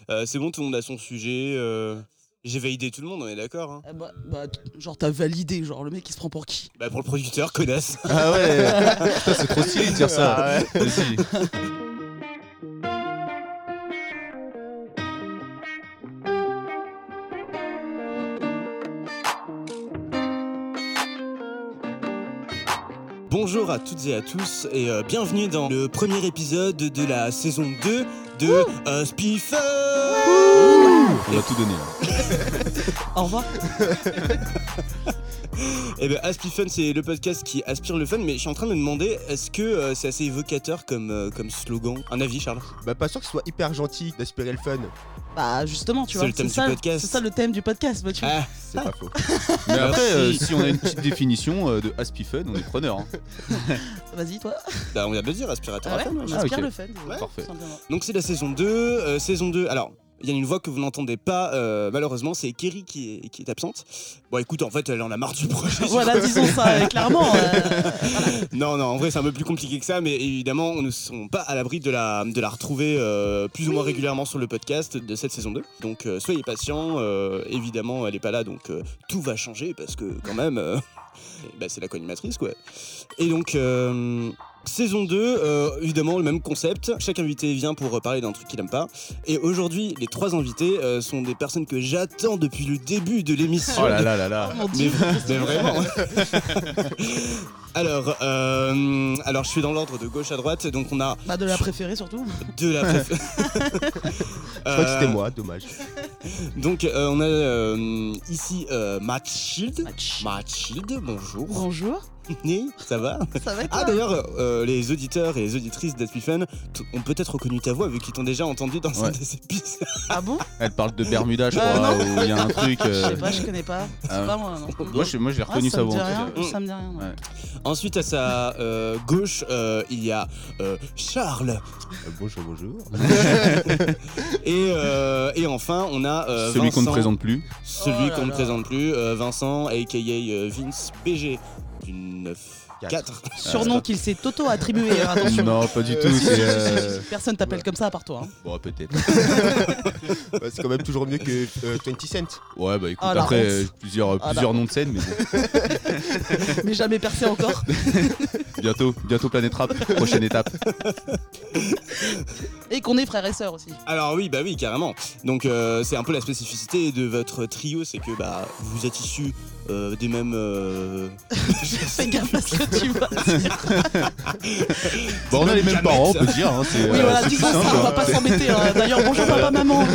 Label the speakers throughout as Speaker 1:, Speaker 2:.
Speaker 1: Heu, Euh, c'est bon, tout le monde a son sujet, heu, j'ai validé tout le monde, on est d'accord, hein?
Speaker 2: Ah bah bah, t genre, tu as validé, genre, le mec, il se prend pour qui?
Speaker 1: Bah, pour le producteur, connasse.
Speaker 3: Ah ouais! Putain, c'est trop stylé de dire ça.
Speaker 1: Ah ouais.
Speaker 3: Vas-y.
Speaker 1: Bonjour à toutes et à tous et heu, bienvenue dans le 1er épisode de la saison 2 de euh,
Speaker 2: Wouh!
Speaker 1: Us Pifun!
Speaker 2: Wouh!
Speaker 3: On a tout hein. donné là.
Speaker 2: Au revoir.
Speaker 1: Et bah, Us Pifun, c'est le podcast qui aspire le fun, mais je suis en train de me demander, est-ce que, heu, c'est assez évocateur comme, heu, comme slogan? Un avis, Charles?
Speaker 4: Bah, pas sûr que ce soit hyper gentil d'aspirer le fun.
Speaker 2: Bah, justement, tu
Speaker 1: C'est
Speaker 2: vois,
Speaker 1: le
Speaker 2: c'est
Speaker 1: thème du
Speaker 2: ça,
Speaker 1: podcast.
Speaker 2: c'est ça le thème du podcast, bah, tu vois.
Speaker 1: Ah!
Speaker 4: C'est pas faux.
Speaker 3: Mais après, euh,
Speaker 1: Merci.
Speaker 3: si on a une petite définition euh, de Aspie Fun, on est preneur. hein.
Speaker 2: Vas-y, toi.
Speaker 1: Bah, on vient de le dire, aspirateur
Speaker 2: Ah
Speaker 1: à
Speaker 2: ouais?
Speaker 1: fun, ouais.
Speaker 3: Ah,
Speaker 2: J'aspire
Speaker 3: ok.
Speaker 2: le fun.
Speaker 1: Ouais.
Speaker 3: Parfait.
Speaker 2: simplement.
Speaker 1: Donc c'est la saison 2, euh, saison 2, alors il y a une voix que vous n'entendez pas euh, malheureusement, c'est Kerry qui est, qui est absente. Bon écoute, en fait elle en a marre du projet.
Speaker 2: Voilà, disons ça euh, clairement. euh,
Speaker 1: non, non, en vrai c'est un peu plus compliqué que ça, mais évidemment on ne sont pas à l'abri de la, de la retrouver euh, plus ou moins régulièrement sur le podcast de cette saison 2. Donc euh, soyez patients, euh, évidemment elle n'est pas là, donc euh, tout va changer parce que quand même, euh, bah, c'est la co-animatrice quoi. Et donc... euh, Saison 2, euh, évidemment le même concept, chaque invité vient pour euh, parler d'un truc qu'il aime pas, et aujourd'hui, les trois invités euh, sont des personnes que j'attends depuis le début de l'émission.
Speaker 3: Oh là là là là.
Speaker 2: Oh mon
Speaker 1: Mais,
Speaker 2: dieu.
Speaker 1: mais vraiment. alors, euh, alors, je suis dans l'ordre de gauche à droite, donc on a
Speaker 2: Bah, de la préférée surtout.
Speaker 1: de la. préf-
Speaker 4: Je crois que c'était
Speaker 1: Euh,
Speaker 4: moi, dommage.
Speaker 1: Donc, euh, on a euh, ici euh, Mathilde.
Speaker 2: Match.
Speaker 1: Mathilde, bonjour.
Speaker 2: Bonjour.
Speaker 1: Né, ça va
Speaker 2: Ça va
Speaker 1: Ah
Speaker 2: quoi?
Speaker 1: d'ailleurs, euh, les auditeurs et les auditrices d'Atmi Fun t- ont peut-être reconnu ta voix vu qu'ils t'ont déjà entendu dans un
Speaker 3: Ouais.
Speaker 1: des épisodes.
Speaker 2: Ah bon?
Speaker 3: Elle parle de Bermuda, je
Speaker 2: Euh,
Speaker 3: crois, ou il y a un truc.
Speaker 2: Je
Speaker 3: euh,
Speaker 2: sais pas, je connais pas. C'est
Speaker 3: Ah ouais.
Speaker 2: pas moi, non.
Speaker 3: Moi, je- moi, j'ai
Speaker 2: Ah,
Speaker 3: reconnu
Speaker 2: ça
Speaker 3: sa
Speaker 2: me
Speaker 3: voix.
Speaker 2: dit
Speaker 3: en tout
Speaker 2: rien,
Speaker 3: cas.
Speaker 2: ça me dit rien. ouais.
Speaker 3: Ouais.
Speaker 1: Ensuite, à sa euh, gauche, euh, il y a euh, Charles.
Speaker 4: Euh, bonjour, bonjour.
Speaker 1: Et, euh, et enfin, on a euh,
Speaker 3: Celui qu'on ne
Speaker 1: Vincent.
Speaker 3: présente plus.
Speaker 1: Celui
Speaker 2: Oh là
Speaker 1: qu'on ne
Speaker 2: là.
Speaker 1: présente plus, euh, Vincent, aka euh, Vince BG, du 9-4.
Speaker 2: Surnom qu'il s'est auto-attribué, hein, attention.
Speaker 3: Non, pas du
Speaker 4: Euh,
Speaker 3: tout.
Speaker 2: Si, si, si,
Speaker 3: C'est.
Speaker 2: si,
Speaker 3: euh,
Speaker 2: si, Personne t'appelle comme ça à part toi. hein.
Speaker 3: Bon, peut-être.
Speaker 4: Bah, c'est quand même toujours mieux que euh, 20 Cent.
Speaker 3: Ouais, bah écoute,
Speaker 2: Ah, la
Speaker 3: après,
Speaker 2: honte.
Speaker 3: euh, plusieurs,
Speaker 2: Ah, la
Speaker 3: plusieurs noms de scène, mais bon,
Speaker 2: Mais jamais percé encore.
Speaker 3: bientôt, bientôt Planète Rap, prochaine étape.
Speaker 2: Et qu'on est frères et sœurs aussi.
Speaker 1: Alors oui, bah oui, carrément. Donc euh, c'est un peu la spécificité de votre trio, c'est que bah vous êtes issus euh, des mêmes. euh,
Speaker 2: Fais gaffe à ce que tu vas dire.
Speaker 3: Bon, on a les mêmes
Speaker 1: Gamètes.
Speaker 3: parents, on peut dire, hein, c'est
Speaker 2: Oui,
Speaker 3: euh,
Speaker 2: voilà,
Speaker 3: c'est
Speaker 2: disons ça,
Speaker 3: simple,
Speaker 2: on va
Speaker 3: hein.
Speaker 2: pas s'embêter. hein. D'ailleurs, bonjour papa, maman.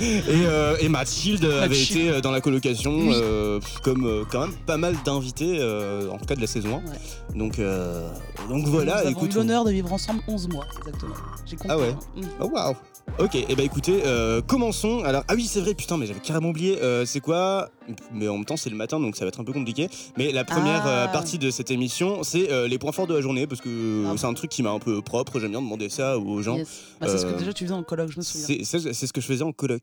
Speaker 1: Et, euh, et Mathilde avait
Speaker 2: Mathilde.
Speaker 1: été euh, dans la colocation,
Speaker 2: Oui.
Speaker 1: euh, pff, comme euh, quand même pas mal d'invités euh, en tout cas de la saison 1.
Speaker 2: Ouais.
Speaker 1: Donc euh, donc voilà,
Speaker 2: Nous avons eu
Speaker 1: écoute. on-
Speaker 2: l'honneur de vivre ensemble 11 mois, exactement. J'ai compté.
Speaker 1: Ah ouais.
Speaker 2: hein. Mm.
Speaker 1: Oh waouh Ok, et bah écoutez, euh, commençons. Alors, ah oui, c'est vrai, putain, mais j'avais carrément oublié. euh, c'est quoi Mais en même temps, c'est le matin, donc ça va être un peu compliqué. Mais la première
Speaker 2: Ah.
Speaker 1: euh, partie de cette émission, c'est euh, les points forts de la journée, parce que
Speaker 2: Ah.
Speaker 1: c'est un truc qui m'a un peu propre. J'aime bien demander ça aux gens.
Speaker 2: Yes. Bah, c'est ce que
Speaker 1: Euh,
Speaker 2: déjà tu faisais en colloque, je me souviens.
Speaker 1: C'est c'est- c'est ce que je faisais en coloc.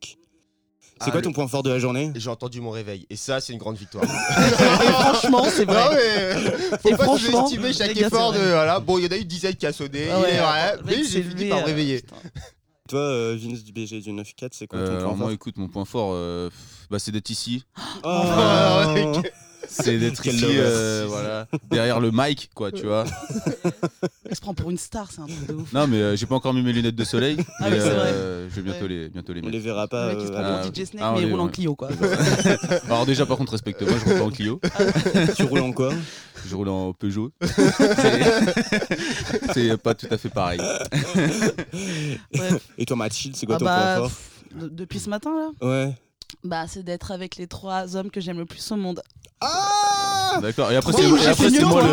Speaker 1: C'est
Speaker 4: Ah,
Speaker 1: quoi
Speaker 4: le-
Speaker 1: ton point fort de la journée
Speaker 4: J'ai entendu mon réveil, et ça, c'est une grande victoire.
Speaker 2: Et Ah franchement, c'est vrai.
Speaker 4: Ah ouais Faut
Speaker 2: Et
Speaker 4: pas
Speaker 2: franchement,
Speaker 4: sous-estimer
Speaker 2: les
Speaker 4: chaque
Speaker 2: gars,
Speaker 4: effort
Speaker 2: c'est
Speaker 4: de.
Speaker 2: vrai.
Speaker 4: Voilà. Bon, il y en a eu 17 qui a sonné,
Speaker 2: Ah
Speaker 4: il
Speaker 2: ouais,
Speaker 4: est vrai,
Speaker 2: le mec
Speaker 4: mais
Speaker 2: s'est
Speaker 4: j'ai fini
Speaker 2: levé,
Speaker 4: par me
Speaker 2: euh,
Speaker 4: réveiller.
Speaker 2: putain.
Speaker 1: Toi, euh, Vince du BG du 9-4, c'est quoi ton
Speaker 3: Euh,
Speaker 1: point
Speaker 3: alors
Speaker 1: fort Oh.
Speaker 3: moi écoute mon point fort euh, pff, bah, c'est d'être ici
Speaker 4: Ah, ouais, ok.
Speaker 3: c'est d'être
Speaker 1: Quel
Speaker 3: ici
Speaker 1: lover.
Speaker 3: euh, voilà derrière le mic quoi tu vois
Speaker 2: Elle se prend pour une star, c'est un truc de ouf.
Speaker 3: non mais euh, j'ai pas encore mis mes lunettes de soleil
Speaker 2: Ah
Speaker 3: mais,
Speaker 2: oui, c'est vrai.
Speaker 3: euh, je vais bientôt
Speaker 2: Ouais.
Speaker 3: les bientôt les
Speaker 1: On les
Speaker 3: mettre
Speaker 1: verra
Speaker 2: Le
Speaker 1: pas.
Speaker 2: mec, il se prend
Speaker 1: euh,
Speaker 3: ah,
Speaker 2: pour DJ Snake,
Speaker 3: ah
Speaker 2: mais il
Speaker 3: oui,
Speaker 2: roule en
Speaker 3: ouais.
Speaker 2: Clio, quoi.
Speaker 3: alors déjà par contre respecte-moi je roule pas en Clio
Speaker 1: tu roules en quoi
Speaker 3: je roule en Peugeot c'est c'est pas tout à fait pareil
Speaker 2: Ouais.
Speaker 1: Et toi, Mathilde, c'est quoi
Speaker 2: Ah
Speaker 1: ton
Speaker 2: bah,
Speaker 1: point fort
Speaker 2: pff, de- depuis ce matin, là,
Speaker 1: Ouais.
Speaker 2: bah, c'est d'être avec les trois hommes que j'aime le plus au monde.
Speaker 1: Ah
Speaker 3: d'accord et après
Speaker 2: Oui,
Speaker 3: c'est
Speaker 2: mais
Speaker 3: et
Speaker 2: Oh, j'ai
Speaker 3: après
Speaker 2: fait
Speaker 3: c'est
Speaker 2: nul,
Speaker 3: moi
Speaker 2: toi.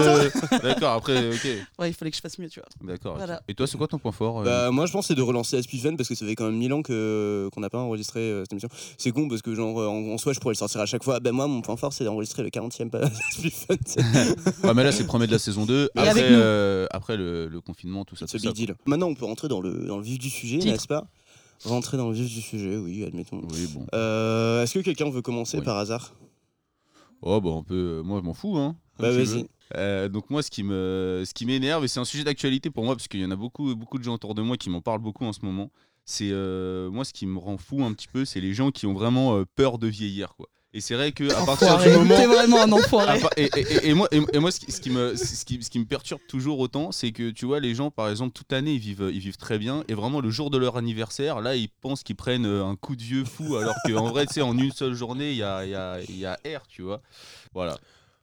Speaker 3: le d'accord après ok
Speaker 2: Ouais, il fallait que je fasse mieux, tu vois.
Speaker 3: d'accord ok.
Speaker 2: Voilà.
Speaker 3: et toi c'est quoi ton point fort euh
Speaker 1: Bah moi je pense que c'est de relancer Aspifen parce que ça fait quand même mille ans que qu'on n'a pas enregistré euh, cette émission. C'est con parce que genre euh, en, en soi je pourrais le sortir à chaque fois. Bah moi mon point fort c'est d'enregistrer le 40e pas Aspifen. C'est
Speaker 3: Ouais, Ah, mais là, c'est le premier de la saison 2.
Speaker 2: Et avec
Speaker 3: Après,
Speaker 2: nous.
Speaker 3: euh, après le, le confinement, tout ça,
Speaker 1: c'est
Speaker 3: tout
Speaker 1: le
Speaker 3: ça.
Speaker 1: big deal. Maintenant on peut rentrer dans le dans le vif du sujet,
Speaker 2: Titre.
Speaker 1: n'est-ce pas Rentrer dans le vif du sujet, oui, admettons.
Speaker 3: Oui, bon.
Speaker 1: Euh, Est-ce que quelqu'un veut commencer
Speaker 3: Oui.
Speaker 1: par hasard
Speaker 3: Oh, bah, on peut. Moi, je m'en fous, hein. Comme
Speaker 1: Bah
Speaker 3: tu
Speaker 1: vas-y.
Speaker 3: veux. Euh, donc moi, ce qui me, ce qui m'énerve, et c'est un sujet d'actualité pour moi, parce qu'il y en a beaucoup, beaucoup de gens autour de moi qui m'en parlent beaucoup en ce moment. C'est euh, moi, ce qui me rend fou un petit peu, c'est les gens qui ont vraiment euh, peur de vieillir, quoi. Et c'est vrai que à partir du
Speaker 2: Enfoiré,
Speaker 3: moment
Speaker 2: t'es vraiment un
Speaker 3: à
Speaker 2: enfoiré.
Speaker 3: part- Ah, et, et- et- et moi, et, et moi ce, qui, ce qui me, ce, qui, ce qui me perturbe toujours autant, c'est que tu vois, les gens, par exemple, toute l'année, ils vivent, ils vivent très bien. Et vraiment, le jour de leur anniversaire, là, ils pensent qu'ils prennent euh, un coup de vieux fou. Alors qu'en vrai, tu sais, en une seule journée, il y a, il y, a, il y a air, tu vois. Voilà.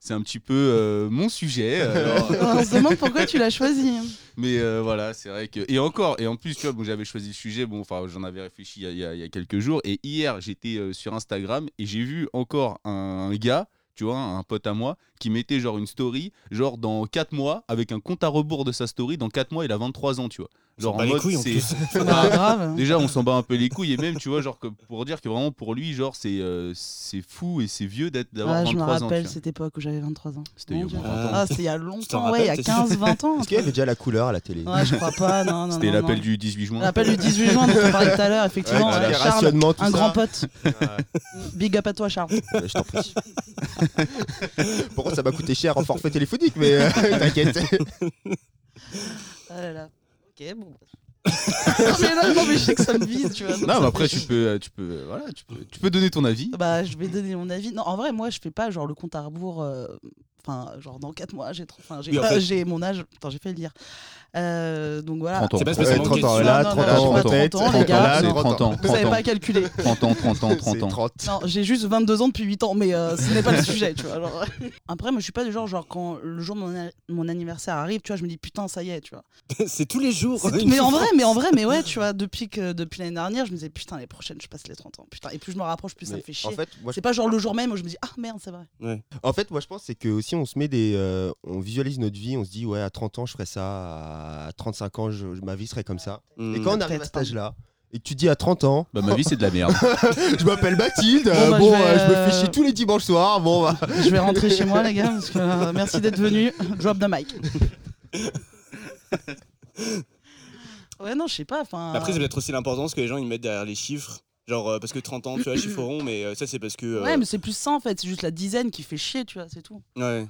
Speaker 3: C'est un petit peu euh, mon sujet. alors, euh,
Speaker 2: On se demande pourquoi tu l'as choisi. hein.
Speaker 3: mais euh, voilà, c'est vrai que. Et encore, et en plus, tu vois, bon, j'avais choisi le sujet, bon, enfin, j'en avais réfléchi il y a- il y, a, il y a quelques jours. Et hier, j'étais euh, sur Instagram et j'ai vu encore un, un gars, tu vois, un pote à moi, qui mettait genre une story, genre dans 4 mois, avec un compte à rebours de sa story, dans 4 mois, il a 23 ans, tu vois. Genre
Speaker 1: Genre les couilles en
Speaker 3: c'est-
Speaker 1: plus.
Speaker 2: Bah,
Speaker 3: Bah,
Speaker 2: grave.
Speaker 3: Déjà, on s'en bat un peu les couilles, et même, tu vois, genre, que- pour dire que vraiment, pour lui, genre, c'est euh, c'est fou et c'est vieux d'être- d'avoir
Speaker 2: Ah, je me
Speaker 3: 23 ans. tu
Speaker 2: rappelle
Speaker 3: vois.
Speaker 2: cette époque où j'avais 23 ans.
Speaker 3: C'était
Speaker 2: Mon
Speaker 3: il y a au
Speaker 2: Dieu.
Speaker 3: moins
Speaker 1: 20 ans.
Speaker 2: Ah, c'était il y a
Speaker 1: Tu t'en
Speaker 2: longtemps, ouais, il y a
Speaker 1: rappelles, t'es-
Speaker 2: 15-20 ans.
Speaker 4: Est-ce qu'il y avait déjà la couleur à la télé
Speaker 2: Ouais, je crois pas, non, non.
Speaker 3: C'était
Speaker 2: non,
Speaker 3: l'appel
Speaker 2: non.
Speaker 3: du 18 juin.
Speaker 2: L'appel du 18 juin dont on parlait tout à l'heure, effectivement.
Speaker 3: Ouais,
Speaker 2: ouais,
Speaker 3: voilà.
Speaker 2: Charles,
Speaker 4: Rationnement, tout
Speaker 2: un
Speaker 4: ça.
Speaker 2: grand pote.
Speaker 4: Ouais,
Speaker 2: Big up à toi, Charles.
Speaker 4: je t'en prie. Pourtant, ça m'a coûté cher en forfait téléphonique, mais euh, t'inquiète.
Speaker 2: Ah là là. Ok, bon. bah. non, mais là, non, mais je sais que ça me vise, tu vois. donc
Speaker 3: Non,
Speaker 2: ça
Speaker 3: mais
Speaker 2: me
Speaker 3: après,
Speaker 2: fait
Speaker 3: tu
Speaker 2: chier.
Speaker 3: peux, euh, tu peux, euh, voilà, tu peux, tu peux donner ton avis.
Speaker 2: Bah, je vais donner mon avis. Non, en vrai, moi, je fais pas genre le compte à rebours. euh, Enfin, genre dans 4 mois, j'ai trop- enfin, j'ai
Speaker 1: Oui, en
Speaker 2: euh,
Speaker 1: fait-
Speaker 2: j'ai mon âge. Attends, j'ai fait le lire. Euh, donc voilà.
Speaker 3: Prends ton
Speaker 1: C'est pas
Speaker 3: temps.
Speaker 1: spécialement
Speaker 4: Euh, 30 ans
Speaker 1: question.
Speaker 4: là,
Speaker 2: Non, non,
Speaker 4: 30
Speaker 2: non,
Speaker 4: ans
Speaker 2: je
Speaker 4: en
Speaker 2: suis pas
Speaker 4: tête,
Speaker 2: 30 ans, les
Speaker 4: 30 ans
Speaker 2: gars.
Speaker 4: là,
Speaker 3: C'est
Speaker 4: 30 ans.
Speaker 2: Vous savez pas calculer.
Speaker 3: 30 ans, 30 ans, 30
Speaker 4: C'est
Speaker 3: ans.
Speaker 4: 30.
Speaker 2: Non, j'ai juste 22 ans depuis 8 ans, mais euh, ce n'est pas le sujet, tu vois. genre. Après, moi, je suis pas du genre, genre, quand le jour de mon, a- mon anniversaire arrive, tu vois, je me dis, putain, ça y est, tu vois.
Speaker 1: C'est tous les jours.
Speaker 2: C'est tout- Mais en vrai, mais en vrai, mais ouais, tu vois, depuis que depuis l'année dernière, je me disais, putain, les prochaines, je passe les 30 ans, putain. Et plus je me rapproche, plus ça me
Speaker 4: Mais
Speaker 2: fait
Speaker 4: En
Speaker 2: chier.
Speaker 4: fait, moi, je
Speaker 2: C'est pas genre le jour même où je me dis, ah merde, c'est vrai.
Speaker 4: En fait, moi, je pense c'est que aussi on se met des, euh, on visualise notre vie, on se dit ouais, à 30 ans je ferais ça, à 35 ans je- je- ma vie serait comme ça.
Speaker 1: Hmm.
Speaker 4: Et quand on arrive à
Speaker 2: Mm. Peut-être, hein.
Speaker 4: cet âge-là et que tu dis à 30 ans,
Speaker 3: Bah, ma vie, c'est de la merde.
Speaker 4: je m'appelle Mathilde,
Speaker 2: Bon,
Speaker 4: euh,
Speaker 2: bah,
Speaker 4: bon,
Speaker 2: je vais,
Speaker 4: euh, je, me fais
Speaker 2: euh,
Speaker 4: chier tous les dimanches soirs, bon, bah,
Speaker 2: Je vais rentrer chez moi, les gars, parce que euh, merci d'être venu. Drop the mic. Ouais, non, je sais pas. Enfin,
Speaker 1: Mais Après, c'est peut-être aussi l'importance que les gens ils mettent derrière les chiffres. Genre, euh, parce que 30 ans, tu vois, chiffre rond, mais euh, ça, c'est parce que. euh,
Speaker 2: ouais, mais c'est plus ça en fait. C'est juste la dizaine qui fait chier, tu vois, c'est tout.
Speaker 1: ouais.
Speaker 2: Alors,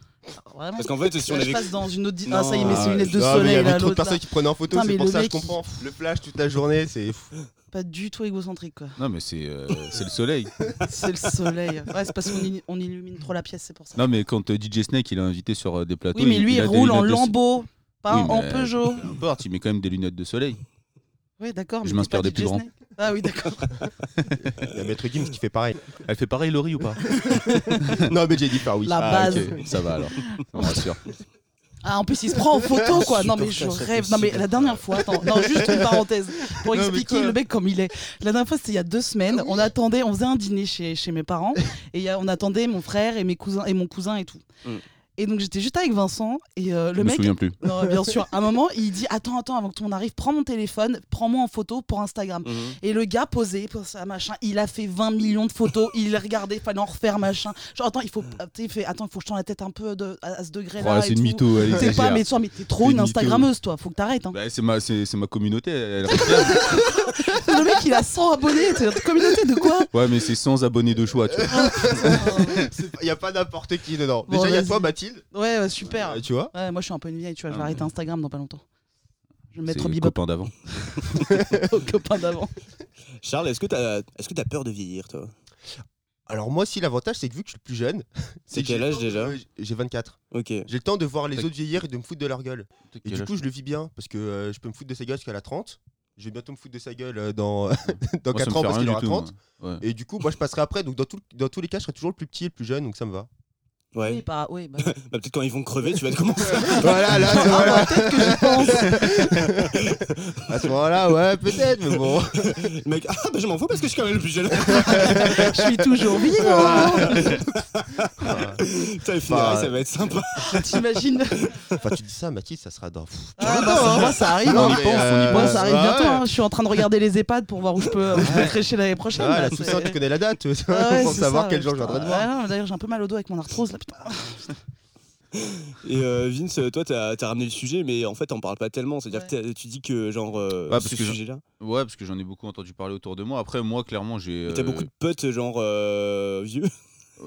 Speaker 2: vraiment.
Speaker 1: Parce qu'en fait, si on
Speaker 2: Là, je
Speaker 1: avait.
Speaker 2: passe dans une autre. di-
Speaker 1: Non,
Speaker 2: Ah, ça y est, mais c'est
Speaker 1: euh,
Speaker 2: une lunettes de
Speaker 4: non, mais il y
Speaker 2: soleil
Speaker 4: avait
Speaker 2: là,
Speaker 4: trop de
Speaker 2: l'autre. là.
Speaker 4: personnes qui prenaient en photo,
Speaker 2: Putain, mais
Speaker 4: c'est pour
Speaker 2: le
Speaker 4: ça je
Speaker 2: mec, il-
Speaker 4: comprends. Le flash toute la journée, c'est fou.
Speaker 2: Pas du tout égocentrique quoi.
Speaker 3: Non, mais c'est euh, c'est le soleil.
Speaker 2: C'est le soleil. Ouais, c'est parce qu'on il- on illumine trop la pièce, c'est pour ça.
Speaker 3: Non, mais quand euh, DJ Snake, il est invité sur euh, des plateaux.
Speaker 2: Oui, mais lui, il
Speaker 3: a des
Speaker 2: roule en
Speaker 3: lunettes de-
Speaker 2: lambeau, pas
Speaker 3: Oui,
Speaker 2: en
Speaker 3: mais-
Speaker 2: Peugeot.
Speaker 3: Peu importe, il met quand même des lunettes de soleil.
Speaker 2: Oui, d'accord.
Speaker 3: Je
Speaker 2: mais
Speaker 3: m'inspire
Speaker 2: t'es pas
Speaker 3: des plus
Speaker 2: DJ
Speaker 3: grands.
Speaker 2: Snake. Ah oui, d'accord.
Speaker 4: Il y a Maître Gims qui fait pareil.
Speaker 3: Elle fait pareil, Laurie, ou pas
Speaker 4: non, mais j'ai dit pas oui.
Speaker 2: La
Speaker 3: Ah,
Speaker 2: base.
Speaker 3: ok, ça va alors. On rassure.
Speaker 2: Ah, en plus, il se prend en photo, quoi. Non, mais je
Speaker 1: Super, ça,
Speaker 2: rêve.
Speaker 1: c'est
Speaker 2: Non, mais
Speaker 1: super.
Speaker 2: la dernière fois, attends, non, juste une parenthèse pour
Speaker 3: Non, mais
Speaker 2: expliquer
Speaker 3: quoi
Speaker 2: le mec comme il est. La dernière fois, c'était il y a deux semaines. On attendait, on faisait un dîner chez, chez mes parents et il y a- on attendait mon frère et mes cousins et mon cousin et tout.
Speaker 1: Mm.
Speaker 2: Et donc, j'étais juste avec Vincent et euh,
Speaker 3: Je
Speaker 2: le
Speaker 3: me
Speaker 2: mec,
Speaker 3: souviens plus.
Speaker 2: non, bien sûr, à un moment, il dit Attends, attends, avant que tout le monde arrive, prends mon téléphone, prends-moi en photo pour Instagram.
Speaker 1: Mhm.
Speaker 2: Et le gars posé pour ça, machin, il a fait 20 millions de photos, il a regardé, fallait en refaire, machin. Genre, attends, il faut, tu sais, il fait, attends, il faut que je tends la tête un peu de- à, à ce degré-là.
Speaker 3: Oh,
Speaker 2: et
Speaker 3: c'est une
Speaker 2: tout.
Speaker 3: mytho, elle
Speaker 2: T'es pas,
Speaker 3: exagère.
Speaker 2: mais, toi, mais t'es trop
Speaker 3: Une
Speaker 2: une
Speaker 3: mytho.
Speaker 2: Instagrammeuse, toi, faut que t'arrêtes. Hein.
Speaker 3: Bah, c'est ma, c'est- c'est ma communauté, elle réclame. Bah.
Speaker 2: le mec, il a 100 abonnés, t'es notre communauté de quoi
Speaker 3: Ouais, mais c'est sans abonnés de choix, tu vois.
Speaker 4: C'est- Il y a pas n'importe qui dedans.
Speaker 2: Bon,
Speaker 4: Déjà, il y a
Speaker 2: vas-y.
Speaker 4: toi, Mathilde.
Speaker 2: Ouais, ouais, super.
Speaker 4: Euh, tu vois
Speaker 2: Ouais, moi, je suis un peu une vieille, tu vois, je vais
Speaker 3: Ah.
Speaker 2: arrêter Instagram dans pas longtemps. Je vais me mettre
Speaker 3: C'est
Speaker 2: au
Speaker 3: le
Speaker 2: bebop
Speaker 3: copain d'avant.
Speaker 2: au copain d'avant.
Speaker 1: Charles, est-ce que t'as est-ce que t'as peur de vieillir, toi
Speaker 4: Alors, moi aussi, l'avantage, c'est que vu que je suis le plus jeune,
Speaker 1: C'est
Speaker 4: que
Speaker 1: quel
Speaker 4: j'ai le
Speaker 1: âge
Speaker 4: temps de-
Speaker 1: déjà
Speaker 4: euh, J'ai 24.
Speaker 1: Ok.
Speaker 4: J'ai le temps de voir les
Speaker 3: Tac.
Speaker 4: autres vieillir et de me foutre de leur gueule. Et du coup, je le vis bien parce que euh, je peux me foutre de sa gueule jusqu'à la 30. Je vais bientôt me foutre de sa gueule euh, dans, dans 4 ans parce qu'il aura 30. Et du coup, moi, je passerai après. Donc, dans, tout- dans tous les cas, je serai toujours le plus petit et le plus jeune, donc ça me va.
Speaker 1: Ouais.
Speaker 2: Oui, bah, oui, bah.
Speaker 1: Bah, peut-être quand ils vont crever, tu vas te commencer.
Speaker 4: voilà, là,
Speaker 2: Ah, bah, peut-être que j'y pense.
Speaker 4: à ce moment-là, ouais, peut-être, mais bon.
Speaker 1: Le mec, ah bah je m'en fous parce que je suis quand même le plus jeune.
Speaker 2: Je suis toujours vivant.
Speaker 1: Putain, le funérail,
Speaker 4: Bah,
Speaker 1: ça va être sympa.
Speaker 2: T'imagines
Speaker 4: Enfin, tu dis ça, Mathilde, ça sera dans.
Speaker 2: Ah, bah, ça- moi, ça arrive.
Speaker 4: Non,
Speaker 2: hein.
Speaker 4: mais, euh,
Speaker 2: Moi, ça arrive
Speaker 4: ouais.
Speaker 2: bientôt. hein. Je suis en train de regarder les EHPAD pour voir où je peux, où je peux crêcher l'année prochaine.
Speaker 4: Ah,
Speaker 2: là,
Speaker 4: la
Speaker 2: c'est-
Speaker 4: Toussaint, tu connais la date, tu vois,
Speaker 2: Ah ouais,
Speaker 4: pour
Speaker 2: c'est
Speaker 4: savoir
Speaker 2: ça,
Speaker 4: quel
Speaker 2: ouais,
Speaker 4: jour je
Speaker 2: putain.
Speaker 4: viendrai te voir.
Speaker 2: Ouais, non, D'ailleurs, j'ai un peu mal au dos avec mon arthrose là, putain.
Speaker 1: Et euh, Vince, toi, t'as t'as ramené le sujet, mais en fait, t'en parles pas tellement. C'est-à-dire
Speaker 2: Ouais.
Speaker 1: que t'as- tu dis que, genre, euh,
Speaker 3: Ouais, parce
Speaker 1: ce
Speaker 3: que je-
Speaker 1: sujet-là.
Speaker 3: hein. Ouais, parce que euh, j'en ai beaucoup entendu parler autour de moi. Après, moi, clairement, j'ai.
Speaker 1: Mais T'as
Speaker 3: euh,
Speaker 1: beaucoup de potes, genre, euh, vieux.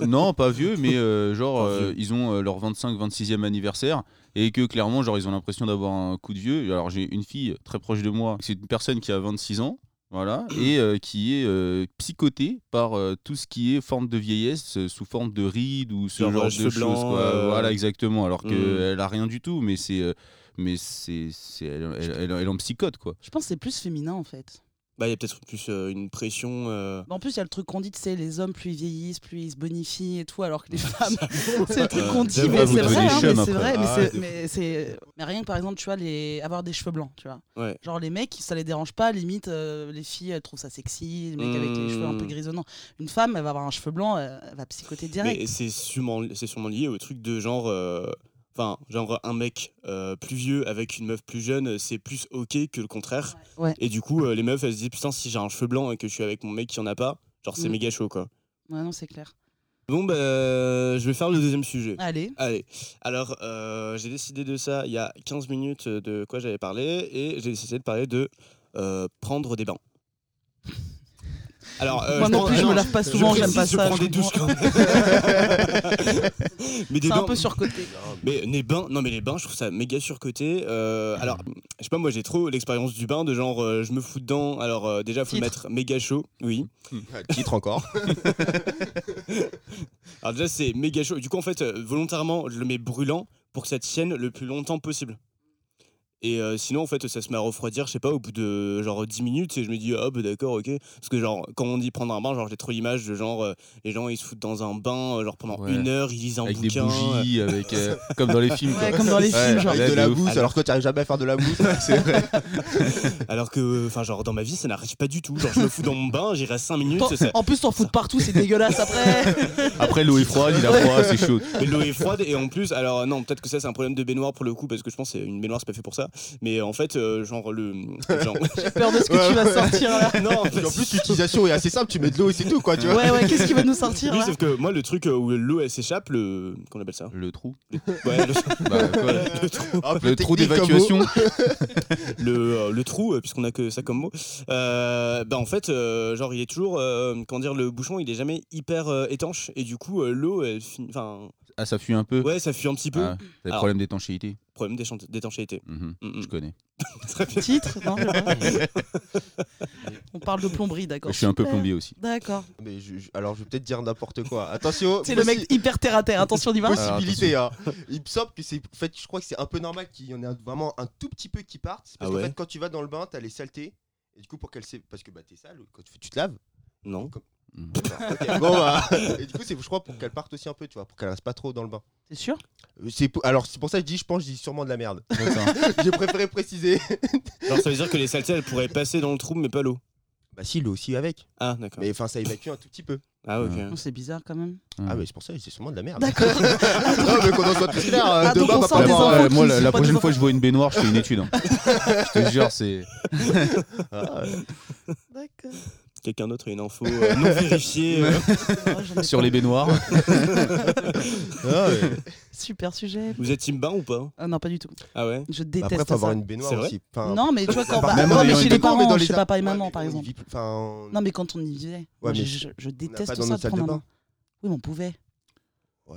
Speaker 3: non, pas vieux, mais euh, genre, euh, ils ont euh, leur 25-26e anniversaire et que clairement, genre, ils ont l'impression d'avoir un coup de vieux. Alors, j'ai une fille très proche de moi, c'est une personne qui a 26 ans. Voilà, et euh, qui est euh, psychotée par euh, tout ce qui est forme de vieillesse euh, sous forme de rides ou ce
Speaker 1: Genre,
Speaker 3: genre
Speaker 1: euh,
Speaker 3: de
Speaker 1: cheveux
Speaker 3: choses.
Speaker 1: blancs,
Speaker 3: quoi.
Speaker 1: euh,
Speaker 3: Voilà, exactement. Alors
Speaker 1: hmm.
Speaker 3: qu'elle a rien du tout, mais c'est. euh, mais c'est. c'est- Elle, elle, elle- elle en psychote, quoi.
Speaker 2: Je pense que c'est plus féminin en fait. Bah,
Speaker 1: Bah, il y a peut-être plus euh, une pression. euh,
Speaker 2: En plus, il y a le truc qu'on dit, tu sais, les hommes, plus ils vieillissent, plus ils se bonifient et tout, alors que les femmes, c'est le truc qu'on dit,
Speaker 1: j'avoue,
Speaker 2: mais
Speaker 1: vous
Speaker 2: c'est
Speaker 1: devenez
Speaker 2: vrai, hein,
Speaker 3: chum
Speaker 2: mais c'est
Speaker 3: après.
Speaker 2: vrai, mais
Speaker 4: Ah,
Speaker 2: c'est-
Speaker 4: de
Speaker 2: mais c'est... Mais rien que par exemple, tu vois, les... avoir des cheveux blancs, tu vois.
Speaker 1: Ouais.
Speaker 2: Genre les mecs, ça les dérange pas, limite, euh, les filles, elles trouvent ça sexy, les mecs avec les cheveux un peu
Speaker 1: Mm.
Speaker 4: Mmh.
Speaker 2: grisonnants. Une femme, elle va avoir un cheveu blanc, elle, elle va psychoter direct.
Speaker 1: Mais c'est sûrement, c'est sûrement lié au truc de genre. euh, Enfin, genre un mec euh, plus vieux avec une meuf plus jeune, euh, c'est plus ok que le contraire.
Speaker 2: Ouais.
Speaker 1: Et du coup, euh, les meufs, elles se disent putain, si j'ai un cheveu blanc et que je suis avec mon mec qui en a pas, genre c'est
Speaker 2: Mm.
Speaker 1: méga chaud quoi.
Speaker 2: Ouais, non, c'est clair.
Speaker 1: Bon, bah, euh, je vais faire le deuxième sujet.
Speaker 2: Allez.
Speaker 1: Allez, alors euh, j'ai décidé de ça il y a 15 minutes euh, de quoi j'avais parlé et j'ai décidé de parler de euh, prendre des bains. Alors, euh,
Speaker 2: Moi
Speaker 1: je
Speaker 2: non
Speaker 1: prends-
Speaker 2: plus, je me
Speaker 1: non,
Speaker 2: lave pas souvent,
Speaker 1: je
Speaker 2: j'aime pas
Speaker 1: précise, je
Speaker 2: ça.
Speaker 1: prends
Speaker 2: je
Speaker 1: des douches
Speaker 2: comprends.
Speaker 1: quand même. mais des
Speaker 2: C'est un
Speaker 1: bains,
Speaker 2: peu surcoté.
Speaker 1: mais les bains, non mais les bains, je trouve ça méga surcoté. Euh, alors, je sais pas, moi j'ai trop l'expérience du bain de genre, euh, je me fous dedans. Alors euh, déjà, faut le
Speaker 2: Titre.
Speaker 1: mettre méga chaud, oui.
Speaker 3: Hmm.
Speaker 4: Titre encore.
Speaker 1: Alors déjà c'est méga chaud. Du coup en fait euh, volontairement je le mets brûlant pour que ça tienne le plus longtemps possible. Et euh, sinon en fait ça se met à refroidir je sais pas au bout de genre 10 minutes et je me dis ah bah d'accord ok parce que genre quand on dit prendre un bain genre j'ai trop l'image de genre euh, les gens ils se foutent dans un bain euh, genre pendant
Speaker 3: Ouais.
Speaker 1: une heure ils lisent un
Speaker 3: Avec des
Speaker 1: bouquin. euh.
Speaker 3: bougies, avec, euh, comme dans les films.
Speaker 2: Ouais,
Speaker 3: quoi.
Speaker 2: comme dans les
Speaker 3: Ouais,
Speaker 2: films, genre.
Speaker 3: là,
Speaker 4: Avec de la
Speaker 3: de ouf.
Speaker 4: mousse, alors que tu n'arrives jamais à faire de la mousse. c'est vrai.
Speaker 1: Alors que enfin genre dans ma vie ça n'arrive pas du tout genre je me fous dans mon bain j'y reste 5 minutes
Speaker 2: T'en-
Speaker 1: ça-
Speaker 2: En plus, t'en fous de partout, c'est dégueulasse après.
Speaker 3: Après, l'eau est froide, il a froid, c'est chaud.
Speaker 1: Mais l'eau est froide et en plus, alors non, peut-être que ça c'est un problème de baignoire pour le coup parce que je pense que c'est une baignoire c'est pas fait pour ça. Mais en fait, euh, genre le genre-
Speaker 2: J'ai peur de ce que tu vas sortir là.
Speaker 1: non, en fait,
Speaker 4: En plus, l'utilisation est assez simple, tu mets de l'eau et c'est tout, quoi, tu vois.
Speaker 2: Ouais, ouais, qu'est-ce qu'il va nous sortir
Speaker 1: oui,
Speaker 2: là
Speaker 1: sauf que moi le truc euh, où l'eau elle s'échappe, le qu'on appelle ça
Speaker 3: Le trou.
Speaker 1: Ouais, le,
Speaker 3: Bah, quoi,
Speaker 1: le trou,
Speaker 4: Un peu
Speaker 3: le trou
Speaker 4: technique comme mot.
Speaker 3: d'évacuation.
Speaker 1: le, euh, le trou, euh, puisqu'on a que ça comme mot. Euh, bah en fait, euh, genre il est toujours, euh, comment dire, le bouchon il est jamais hyper euh, étanche et du coup euh, l'eau, elle finit- enfin
Speaker 3: Ah, ça fuit un peu.
Speaker 1: ouais, ça fuit un petit peu.
Speaker 3: Ah, T'as des
Speaker 1: Alors.
Speaker 3: problèmes d'étanchéité.
Speaker 1: Problème d'échan- d'étanchéité.
Speaker 3: Mhm,
Speaker 1: Mm, mm.
Speaker 3: Je connais.
Speaker 1: Très bien.
Speaker 2: Titre Non, je sais pas. On parle de plomberie, d'accord.
Speaker 3: Je suis un peu
Speaker 2: Super.
Speaker 3: plombier aussi.
Speaker 2: D'accord.
Speaker 4: Mais je- je- alors, je vais peut-être dire n'importe quoi. Attention.
Speaker 2: C'est le mec hyper terre à terre, attention, on y va.
Speaker 3: Ah,
Speaker 4: possibilité. hein. Il me semble que c'est. En fait, je crois que c'est un peu normal qu'il y en ait un- vraiment un tout petit peu qui partent. Parce
Speaker 1: Ah ouais.
Speaker 4: qu'en fait, quand tu vas dans le bain, t'as les saletés. Et du coup, pour qu'elles s'é- Parce que bah, t'es sale quand tu, tu te laves.
Speaker 1: Non.
Speaker 4: Comme-
Speaker 3: Mhm.
Speaker 4: Bah, ok, bon, bah. Et du coup, c'est, je crois pour qu'elles partent aussi un peu, tu vois, pour qu'elles restent pas trop dans le bain.
Speaker 2: C'est sûr
Speaker 4: Euh, C'est, pour- alors, c'est pour ça que je dis, je pense, je dis sûrement de la merde.
Speaker 3: D'accord.
Speaker 4: J'ai préféré préciser.
Speaker 1: Genre ça veut dire que les saletés elles pourraient passer dans le trou mais pas l'eau.
Speaker 4: Bah, si, l'eau aussi avec.
Speaker 1: Ah d'accord.
Speaker 4: Mais enfin, ça évacue un tout petit peu.
Speaker 1: Ah ok.
Speaker 3: Ouais.
Speaker 2: Non, C'est bizarre quand même.
Speaker 3: Mhm.
Speaker 4: Ah, mais c'est pour ça que c'est sûrement de la merde.
Speaker 2: D'accord.
Speaker 4: non, mais qu'on en soit tous clairs. euh,
Speaker 2: Ah, donc
Speaker 4: demain,
Speaker 2: on
Speaker 4: va
Speaker 2: sort
Speaker 4: pas
Speaker 2: des
Speaker 4: avoir,
Speaker 2: enfants.
Speaker 4: euh,
Speaker 3: Ouais, moi,
Speaker 2: qui ne
Speaker 3: la,
Speaker 2: sont
Speaker 3: la
Speaker 2: pas
Speaker 3: prochaine
Speaker 2: des
Speaker 3: fois que je vois une baignoire, je fais une étude. hein. je te jure, c'est.
Speaker 4: ah, euh,
Speaker 2: D'accord.
Speaker 1: Quelqu'un d'autre a une info euh, non vérifiée. euh.
Speaker 2: Ah, j'en ai
Speaker 3: Sur
Speaker 2: pas.
Speaker 3: les baignoires.
Speaker 4: ah, ouais.
Speaker 2: Super sujet.
Speaker 1: Vous êtes team bain ou pas hein
Speaker 2: Ah, non, pas du tout.
Speaker 1: Ah ouais
Speaker 2: Je
Speaker 4: Bah,
Speaker 2: déteste
Speaker 4: Après, faut
Speaker 2: ça.
Speaker 4: avoir une baignoire
Speaker 1: C'est vrai
Speaker 4: aussi. Enfin,
Speaker 2: Non, mais tu vois, quand. bah,
Speaker 4: Même
Speaker 2: non,
Speaker 4: en
Speaker 2: mais
Speaker 4: ayant
Speaker 2: chez
Speaker 4: une
Speaker 2: les
Speaker 4: maison, mais
Speaker 2: parents,
Speaker 4: dans les
Speaker 2: chez
Speaker 4: ar-
Speaker 2: papa et
Speaker 4: Ouais,
Speaker 2: maman,
Speaker 4: mais
Speaker 2: par
Speaker 4: on y
Speaker 2: exemple.
Speaker 4: vit plus- enfin, on-
Speaker 2: Non, mais quand on y vivait, moi,
Speaker 4: Ouais, mais
Speaker 2: je, je- je déteste
Speaker 4: pas dans
Speaker 2: ça
Speaker 4: notre
Speaker 2: de
Speaker 4: salle
Speaker 2: prendre
Speaker 4: de
Speaker 2: un
Speaker 4: bain.
Speaker 2: Oui, mais on pouvait.
Speaker 4: Ouais.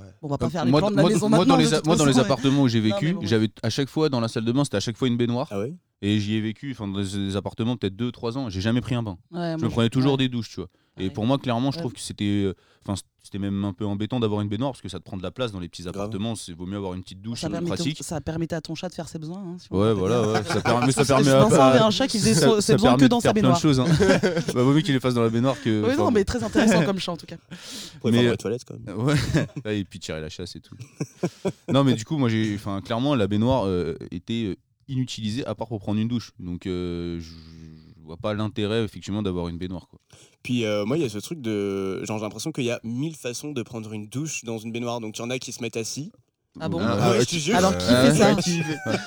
Speaker 2: Bon, on va pas faire les
Speaker 3: moi,
Speaker 2: plans de la
Speaker 3: moi-
Speaker 2: maison
Speaker 3: moi,
Speaker 2: maintenant.
Speaker 3: dans les,
Speaker 2: de
Speaker 3: a-
Speaker 2: toute
Speaker 3: moi, dans les
Speaker 2: façon, ouais.
Speaker 3: appartements où j'ai
Speaker 2: Non, mais
Speaker 3: vécu,
Speaker 2: bon.
Speaker 3: j'avais à chaque fois dans la salle de bain, c'était à chaque fois une baignoire.
Speaker 1: Ah ouais
Speaker 3: Et j'y ai vécu, enfin, dans des appartements, peut-être 2-3 ans, j'ai jamais pris un bain.
Speaker 2: Ouais,
Speaker 3: Je
Speaker 2: Ah, moi,
Speaker 3: me prenais toujours des douches, tu vois. Et
Speaker 2: Pareil.
Speaker 3: pour moi, clairement, je
Speaker 2: Ouais.
Speaker 3: trouve que c'était. euh, Enfin, c- c'était même un peu embêtant d'avoir une baignoire parce que ça te prend de la place dans les petits
Speaker 1: Grave.
Speaker 3: appartements. C'est vaut mieux avoir une petite douche,
Speaker 2: Ça
Speaker 3: c'est
Speaker 2: permet-
Speaker 3: pratique.
Speaker 2: Ça permettait à ton chat de faire ses besoins. hein, si on
Speaker 3: euh, Ouais,
Speaker 2: peut
Speaker 3: voilà,
Speaker 2: dire.
Speaker 3: ouais. Ça permet, ça
Speaker 2: Parce que
Speaker 3: permet à-
Speaker 2: Vincent
Speaker 3: à-
Speaker 2: avait un chat qui faisait
Speaker 3: ça-
Speaker 2: son-
Speaker 3: ça
Speaker 2: ses besoins
Speaker 3: permet
Speaker 2: que
Speaker 3: de
Speaker 2: dans sa
Speaker 3: faire plein de
Speaker 2: baignoire.
Speaker 3: choses. hein. bah, vaut mieux qu'il les fasse dans la baignoire que.
Speaker 2: Oui, non,
Speaker 3: enfin,
Speaker 2: mais très intéressant comme chat en tout cas.
Speaker 1: Pour
Speaker 3: Mais,
Speaker 1: mais...
Speaker 3: euh,
Speaker 1: les toilettes quand même.
Speaker 3: Ouais. Ouais, et puis tirer la chasse et tout. non, mais du coup, moi, j'ai, enfin, clairement, la baignoire euh, était euh, inutilisée à part pour prendre une douche. Donc, euh, je je vois pas l'intérêt effectivement d'avoir une baignoire. Quoi.
Speaker 1: Puis euh, moi, il y a ce truc de. Genre, j'ai l'impression qu'il y a mille façons de prendre une douche dans une baignoire. Donc, il y en a qui se mettent assis.
Speaker 2: Ah bon
Speaker 3: Ah,
Speaker 1: ouais,
Speaker 4: ouais,
Speaker 1: je te jure.
Speaker 2: Alors qui
Speaker 3: Euh,
Speaker 2: fait ça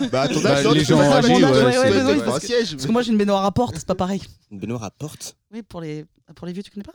Speaker 4: Bah, ton
Speaker 3: Bah,
Speaker 4: âge, non,
Speaker 3: les
Speaker 4: tu
Speaker 3: gens
Speaker 4: peux pas
Speaker 3: âgés,
Speaker 4: faire
Speaker 2: ouais,
Speaker 4: un
Speaker 2: ouais,
Speaker 4: siège,
Speaker 2: ouais,
Speaker 4: c'est
Speaker 2: ouais,
Speaker 4: pas un
Speaker 2: parce
Speaker 4: siège.
Speaker 2: Parce que moi j'ai une baignoire à porte, c'est pas pareil.
Speaker 1: Une baignoire à porte
Speaker 2: Oui, pour les, pour les vieux, tu connais pas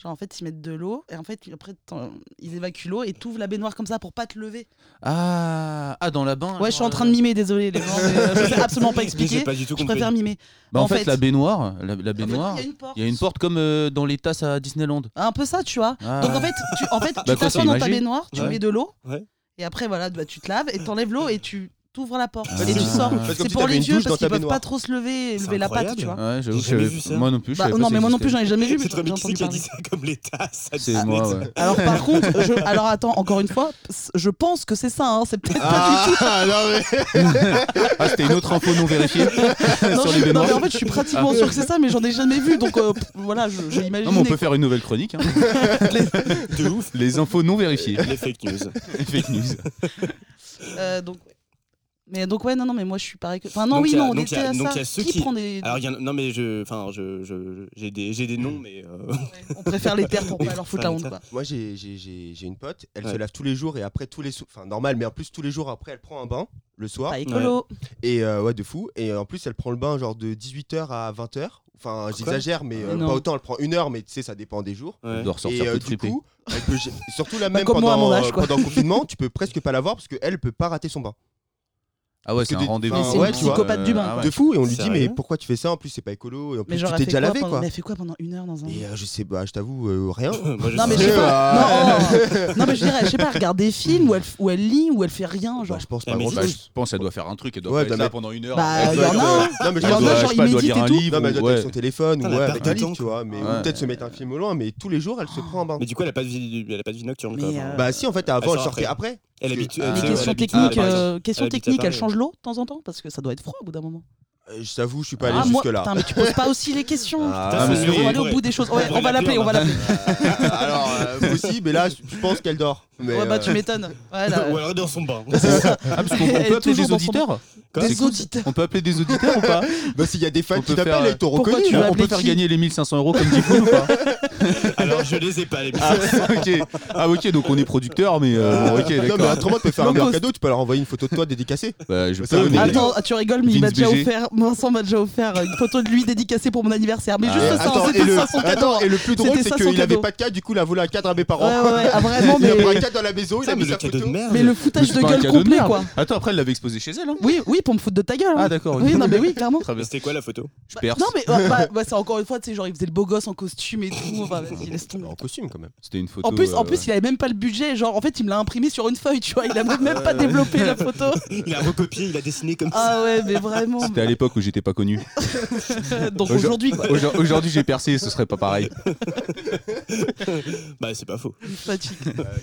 Speaker 2: Genre, en fait, ils mettent de l'eau et en fait, après, t'en- ils évacuent l'eau et t'ouvres la baignoire comme ça pour pas te lever.
Speaker 3: Ah, ah, dans la bain.
Speaker 2: Ouais, je suis en train de mimer, désolé les gens, mais, euh, je sais absolument pas
Speaker 1: J'ai
Speaker 2: expliquer.
Speaker 1: pas du tout
Speaker 2: Je
Speaker 1: compris.
Speaker 2: préfère mimer.
Speaker 3: Bah, en,
Speaker 2: en
Speaker 3: fait,
Speaker 2: fait- Ah,
Speaker 3: la baignoire,
Speaker 2: En
Speaker 3: la, la
Speaker 2: fait,
Speaker 3: baignoire,
Speaker 2: il y a une porte.
Speaker 3: il y a une porte comme euh, dans les tasses à Disneyland.
Speaker 2: Un peu ça, tu vois.
Speaker 3: Ah.
Speaker 2: Donc en fait, tu en fait, tu
Speaker 3: quoi,
Speaker 2: t'assois
Speaker 3: c'est
Speaker 2: dans ta
Speaker 3: magique.
Speaker 2: baignoire, tu
Speaker 3: Ouais.
Speaker 2: mets de l'eau,
Speaker 1: Ouais.
Speaker 2: et après voilà, bah, tu te laves et t'enlèves l'eau et tu t'ouvres la porte
Speaker 1: Ah.
Speaker 2: et tu
Speaker 1: C'est-
Speaker 2: sors.
Speaker 3: parce
Speaker 4: que comme
Speaker 2: C'est
Speaker 4: si
Speaker 2: pour
Speaker 4: t'avais
Speaker 2: les
Speaker 4: une
Speaker 2: vieux
Speaker 4: douche
Speaker 2: parce
Speaker 4: dans ta
Speaker 2: qu'ils peuvent pas
Speaker 4: baignoire.
Speaker 2: trop se lever et
Speaker 1: C'est
Speaker 2: lever la patte,
Speaker 1: incroyable.
Speaker 2: tu vois.
Speaker 3: Ah Ouais, j'avoue
Speaker 1: J'ai jamais
Speaker 3: que-
Speaker 1: vu ça.
Speaker 3: moi non plus. je
Speaker 2: Bah,
Speaker 3: savais pas
Speaker 2: non,
Speaker 3: ça
Speaker 2: mais moi non plus, Ah,
Speaker 3: existait.
Speaker 2: j'en ai jamais vu. mais
Speaker 1: C'est trop
Speaker 2: j'en ai
Speaker 1: mythique qui
Speaker 2: entendu
Speaker 1: a
Speaker 2: parler.
Speaker 3: hein.
Speaker 1: dit ça comme les tasses. à
Speaker 3: C'est
Speaker 1: Disney,
Speaker 3: moi.
Speaker 1: tu sais.
Speaker 3: ouais.
Speaker 2: Alors par contre, je- alors attends, encore une fois, je pense que c'est ça, hein, c'est peut-être pas du tout.
Speaker 4: non, mais...
Speaker 3: Ah, c'était une autre info non vérifiée
Speaker 2: Non, je-
Speaker 3: sur les
Speaker 2: non,
Speaker 3: baignoires.
Speaker 2: mais en fait, je suis pratiquement
Speaker 3: Ah.
Speaker 2: sûr que c'est ça, mais j'en ai jamais vu, donc euh, pff, voilà, je, je
Speaker 3: Non, mais on
Speaker 2: l'imagine.
Speaker 3: peut faire une nouvelle chronique. hein.
Speaker 1: De ouf.
Speaker 3: Les infos non vérifiées.
Speaker 1: Les fake news.
Speaker 3: Fake news.
Speaker 2: Euh, donc, ouais. mais donc ouais, non, non, mais moi je suis pareil que. Enfin non,
Speaker 1: Donc,
Speaker 2: oui,
Speaker 1: il y a-
Speaker 2: non, on
Speaker 1: donc, il y
Speaker 2: était
Speaker 1: a-
Speaker 2: à
Speaker 1: donc,
Speaker 2: ça.
Speaker 1: il y a ceux
Speaker 2: Qui
Speaker 1: qui-
Speaker 2: prend des.
Speaker 1: Alors, il y en a- non, mais je. Enfin, je. je- j'ai des, j'ai des noms, mais. euh,
Speaker 2: Ouais, On préfère les terres pour pas leur foutre la honte, quoi.
Speaker 4: Moi, j'ai- j'ai j'ai- j'ai une pote, elle se
Speaker 1: Ouais.
Speaker 4: lave tous les jours et après tous les. sou- Enfin, normal, mais en plus, tous les jours après, elle prend un bain le soir.
Speaker 2: Pas écolo.
Speaker 4: Et euh, ouais, de fou. Et euh, en plus, elle prend le bain genre de 18h à 20h. Enfin, j'exagère, mais euh,
Speaker 2: Ah Non.
Speaker 4: pas autant. Elle prend une heure, mais tu sais, ça dépend des jours.
Speaker 1: ouais.
Speaker 3: On doit
Speaker 4: Et
Speaker 3: ressortir
Speaker 4: euh,
Speaker 3: plus
Speaker 4: du
Speaker 3: fripé.
Speaker 4: coup, elle peut gé- surtout la
Speaker 2: Bah,
Speaker 4: même
Speaker 2: comme moi, à
Speaker 4: pendant,
Speaker 2: mon
Speaker 4: euh,
Speaker 2: âge, quoi.
Speaker 4: pendant le confinement, tu peux presque pas la voir parce qu'elle peut pas rater son bain.
Speaker 3: Ah ouais,
Speaker 4: parce
Speaker 3: c'est
Speaker 4: que
Speaker 3: un
Speaker 4: des-
Speaker 3: rendez-vous.
Speaker 4: enfin, ouais,
Speaker 3: hein.
Speaker 4: tu vois.
Speaker 2: Psychopathe du bain,
Speaker 3: Ah
Speaker 2: quoi.
Speaker 3: ouais.
Speaker 4: De fou. Et on lui dit,
Speaker 1: Sérieux
Speaker 4: mais pourquoi tu fais ça En plus, c'est pas écolo. Et en
Speaker 2: Mais
Speaker 4: plus, tu
Speaker 2: genre,
Speaker 4: t'es
Speaker 2: elle
Speaker 4: déjà
Speaker 2: fait
Speaker 4: lavé
Speaker 2: pendant-
Speaker 4: quoi.
Speaker 2: Mais elle fait quoi pendant une heure dans un.
Speaker 4: Et euh, je sais, bah, je t'avoue, euh, rien.
Speaker 1: Moi, je
Speaker 2: Non, oh, mais je
Speaker 1: sais
Speaker 2: sais
Speaker 1: pas.
Speaker 2: pas. Non, non, mais je dirais, je sais pas, regarde des films où elle, où elle lit, où elle fait rien,
Speaker 4: Genre,
Speaker 2: genre.
Speaker 4: je pense
Speaker 1: la
Speaker 4: pas grand
Speaker 1: maison,
Speaker 3: Bah, je
Speaker 4: chose.
Speaker 3: pense qu'elle doit faire un truc. Elle doit
Speaker 4: Ouais,
Speaker 3: pas être
Speaker 4: bah,
Speaker 3: là
Speaker 4: mais-
Speaker 3: pendant une heure.
Speaker 2: Bah,
Speaker 3: Elle
Speaker 2: il y
Speaker 3: doit-
Speaker 2: en a, hein.
Speaker 4: Non, mais je
Speaker 3: Elle
Speaker 2: Il y en
Speaker 4: pense
Speaker 2: a,
Speaker 3: doit-
Speaker 4: pas-
Speaker 3: je
Speaker 2: genre,
Speaker 3: sais
Speaker 2: ils
Speaker 3: pas, elle doit lire
Speaker 2: méditent
Speaker 3: un
Speaker 2: et tout.
Speaker 4: Non,
Speaker 3: livre.
Speaker 4: mais elle doit être
Speaker 3: ouais.
Speaker 4: avec son téléphone
Speaker 1: Putain,
Speaker 4: ou
Speaker 1: la
Speaker 4: ouais,
Speaker 1: perte
Speaker 4: avec
Speaker 1: de
Speaker 4: un livre,
Speaker 1: temps,
Speaker 4: tu vois. Mais
Speaker 3: Ouais.
Speaker 4: ou peut-être se mettre un film au loin, mais tous les jours, elle se prend un bain.
Speaker 1: Mais du coup, elle a pas de vie, elle a pas de vie nocturne.
Speaker 2: Mais,
Speaker 1: quoi.
Speaker 2: euh,
Speaker 4: Bah, si, en fait,
Speaker 1: Elle
Speaker 4: avant, elle
Speaker 1: sort
Speaker 4: sortait après.
Speaker 1: Elle
Speaker 4: parce que-
Speaker 1: habite.
Speaker 3: Ah,
Speaker 1: elle-
Speaker 2: Mais
Speaker 3: Euh,
Speaker 2: question
Speaker 1: elle habite-
Speaker 2: technique,
Speaker 1: ah,
Speaker 2: euh,
Speaker 1: elle
Speaker 2: question
Speaker 1: habite à
Speaker 2: technique, elle
Speaker 1: Paris.
Speaker 2: change l'eau de temps en temps parce que ça doit être froid au bout d'un moment.
Speaker 4: Euh, Je t'avoue, je suis pas allé
Speaker 2: ah, moi,
Speaker 4: jusque-là.
Speaker 2: putain, mais tu poses pas aussi les questions.
Speaker 4: Ah,
Speaker 1: putain, mais
Speaker 2: putain, on
Speaker 1: oui,
Speaker 2: va aller
Speaker 1: ouais.
Speaker 2: au bout des choses.
Speaker 1: On
Speaker 2: Ouais,
Speaker 1: pourrait
Speaker 2: on va
Speaker 1: l'appeler,
Speaker 2: l'appeler, on va l'appeler.
Speaker 4: Alors, euh, possible, mais là, je je pense qu'elle dort. Mais,
Speaker 2: Ouais, bah
Speaker 4: euh,
Speaker 2: tu m'étonnes. Ouais, là,
Speaker 1: Ou alors dans son bain.
Speaker 3: Ah, parce qu'on
Speaker 2: Elle
Speaker 3: on
Speaker 2: est
Speaker 3: peut appeler
Speaker 2: toujours
Speaker 3: des
Speaker 2: dans son-
Speaker 3: auditeurs.
Speaker 1: Quoi
Speaker 3: C'est
Speaker 2: Des
Speaker 3: cool.
Speaker 2: auditeurs.
Speaker 3: On peut appeler des auditeurs ou pas
Speaker 4: bah, s'il y a des fans
Speaker 3: On
Speaker 4: qui
Speaker 3: peut
Speaker 4: t'appellent,
Speaker 3: faire,
Speaker 4: ils t'ont
Speaker 2: Pourquoi
Speaker 4: reconnu.
Speaker 2: tu
Speaker 4: hein.
Speaker 2: veux
Speaker 3: On peut
Speaker 2: appeler
Speaker 3: faire
Speaker 2: qui
Speaker 3: gagner les 1500 euros comme dit Paul ou pas
Speaker 1: Alors je les ai pas les
Speaker 3: ah, ok. ah ok, donc on est producteur, mais euh, bon, ok,
Speaker 4: non, mais
Speaker 3: d'accord.
Speaker 4: autrement, tu peux faire un meilleur
Speaker 2: Longos.
Speaker 4: cadeau, tu peux leur envoyer une photo de toi dédicacée.
Speaker 3: Bah, je
Speaker 4: Ça,
Speaker 3: peux,
Speaker 4: on est
Speaker 3: mais-
Speaker 4: d'accord.
Speaker 2: Attends, ah, tu rigoles, mais il m'a
Speaker 3: Vince
Speaker 2: déjà
Speaker 3: BG.
Speaker 2: offert, Vincent m'a déjà offert euh, une photo de lui dédicacée pour mon anniversaire. Mais
Speaker 3: Ah,
Speaker 2: juste
Speaker 3: ouais.
Speaker 2: ça, hein,
Speaker 4: Attends, et
Speaker 2: c'était
Speaker 4: le-
Speaker 2: ça son cadeau.
Speaker 4: Attends, et le plus drôle,
Speaker 2: C'était
Speaker 4: c'est
Speaker 2: ça, son
Speaker 4: qu'il avait
Speaker 2: cadeau.
Speaker 4: pas de cadre, du coup, il a volé un cadre à mes
Speaker 2: Ouais,
Speaker 4: parents.
Speaker 2: ouais, ouais, ah, vraiment,
Speaker 4: Il a pris un
Speaker 2: mais,
Speaker 4: cadre dans la maison, il
Speaker 1: Putain,
Speaker 4: a
Speaker 1: mais
Speaker 4: mis
Speaker 1: le
Speaker 4: sa
Speaker 1: cadeau de
Speaker 4: photo.
Speaker 1: merde.
Speaker 2: mais le
Speaker 3: Mais
Speaker 2: foutage
Speaker 3: c'est
Speaker 2: de
Speaker 3: pas un
Speaker 2: gueule
Speaker 3: cadeau de
Speaker 2: complet,
Speaker 3: merde.
Speaker 2: quoi.
Speaker 3: Attends, après elle l'avait exposé chez elle. Hein
Speaker 2: Oui, oui, pour me foutre de ta gueule. hein.
Speaker 3: Ah d'accord.
Speaker 2: oui, non, mais oui, clairement.
Speaker 3: Très bien.
Speaker 1: Mais c'était quoi la photo
Speaker 3: Je perce.
Speaker 2: Non, mais bah, bah, bah, c'est encore une fois, tu sais, genre, il faisait le beau gosse en costume et tout. Enfin, vas-y, laisse tomber.
Speaker 4: En costume, quand même.
Speaker 3: C'était une photo.
Speaker 2: En plus, en
Speaker 3: euh,
Speaker 2: plus, il avait même pas le budget. Genre, en fait, il me l'a imprimé sur une feuille, tu vois. Il a même pas développé la photo.
Speaker 1: Il a recopié, il a dessiné comme ça.
Speaker 2: Ah ouais, mais vraiment.
Speaker 3: C'était à l'époque où j'étais pas connu.
Speaker 2: Donc aujourd'hui, quoi.
Speaker 3: Aujourd- Aujourd'hui, j'ai percé, ce serait pas pareil.
Speaker 2: Ah.
Speaker 1: Bah c'est pas faux.
Speaker 2: Fatigue.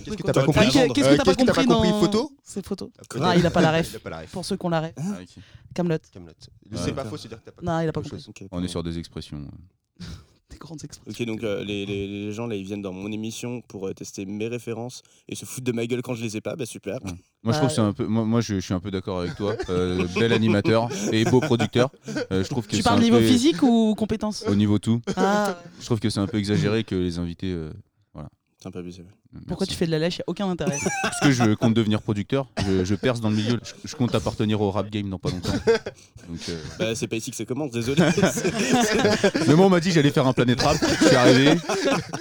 Speaker 4: Qu'est-ce que t'as pas
Speaker 1: Ah,
Speaker 4: compris
Speaker 1: qu'est-ce que
Speaker 2: Qu'est-ce
Speaker 1: t'as
Speaker 2: que t'as
Speaker 4: Euh,
Speaker 2: pas
Speaker 4: qu'est-ce que t'as
Speaker 2: compris
Speaker 4: pas compris
Speaker 2: dans-
Speaker 4: Photo
Speaker 2: Ces photos.
Speaker 4: Peut-être.
Speaker 2: Ah, il a pas la ref.
Speaker 4: Il a pas la ref.
Speaker 2: Pour ceux qu'on la ref. Camelot.
Speaker 4: Camelot. Le C'est
Speaker 3: Ouais.
Speaker 4: pas faux, c'est-à-dire que t'as pas
Speaker 2: Non, il a pas
Speaker 4: quelque
Speaker 2: compris.
Speaker 4: chose.
Speaker 1: Ok.
Speaker 3: On est sur des expressions.
Speaker 2: Des grandes
Speaker 1: Ok,
Speaker 2: expressions.
Speaker 1: donc euh, les, les- les gens là ils viennent dans mon émission pour euh, tester mes références et se foutent de ma gueule quand je les ai pas, bah super.
Speaker 3: Moi, je trouve que
Speaker 2: Bah, euh.
Speaker 3: c'est un peu. Moi, moi, je, je suis un peu d'accord avec toi. Euh, bel animateur et beau producteur. Euh, je trouve que
Speaker 2: Tu
Speaker 3: c'est
Speaker 2: parles
Speaker 3: un
Speaker 2: niveau
Speaker 3: peu-
Speaker 2: physique ou compétence
Speaker 3: Au niveau tout.
Speaker 2: Ah,
Speaker 3: Je trouve que c'est un peu exagéré que les invités. euh,
Speaker 1: C'est un peu abusé.
Speaker 3: merci.
Speaker 2: pourquoi tu fais de la lèche Il a aucun intérêt.
Speaker 3: Parce que je compte devenir producteur. Je, je perce dans le milieu. Je, je compte appartenir au rap game dans pas longtemps. Donc, euh,
Speaker 1: Bah c'est pas ici que ça commence, désolé.
Speaker 3: Mais moi, on m'a dit que j'allais faire un planète rap. Je suis arrivé.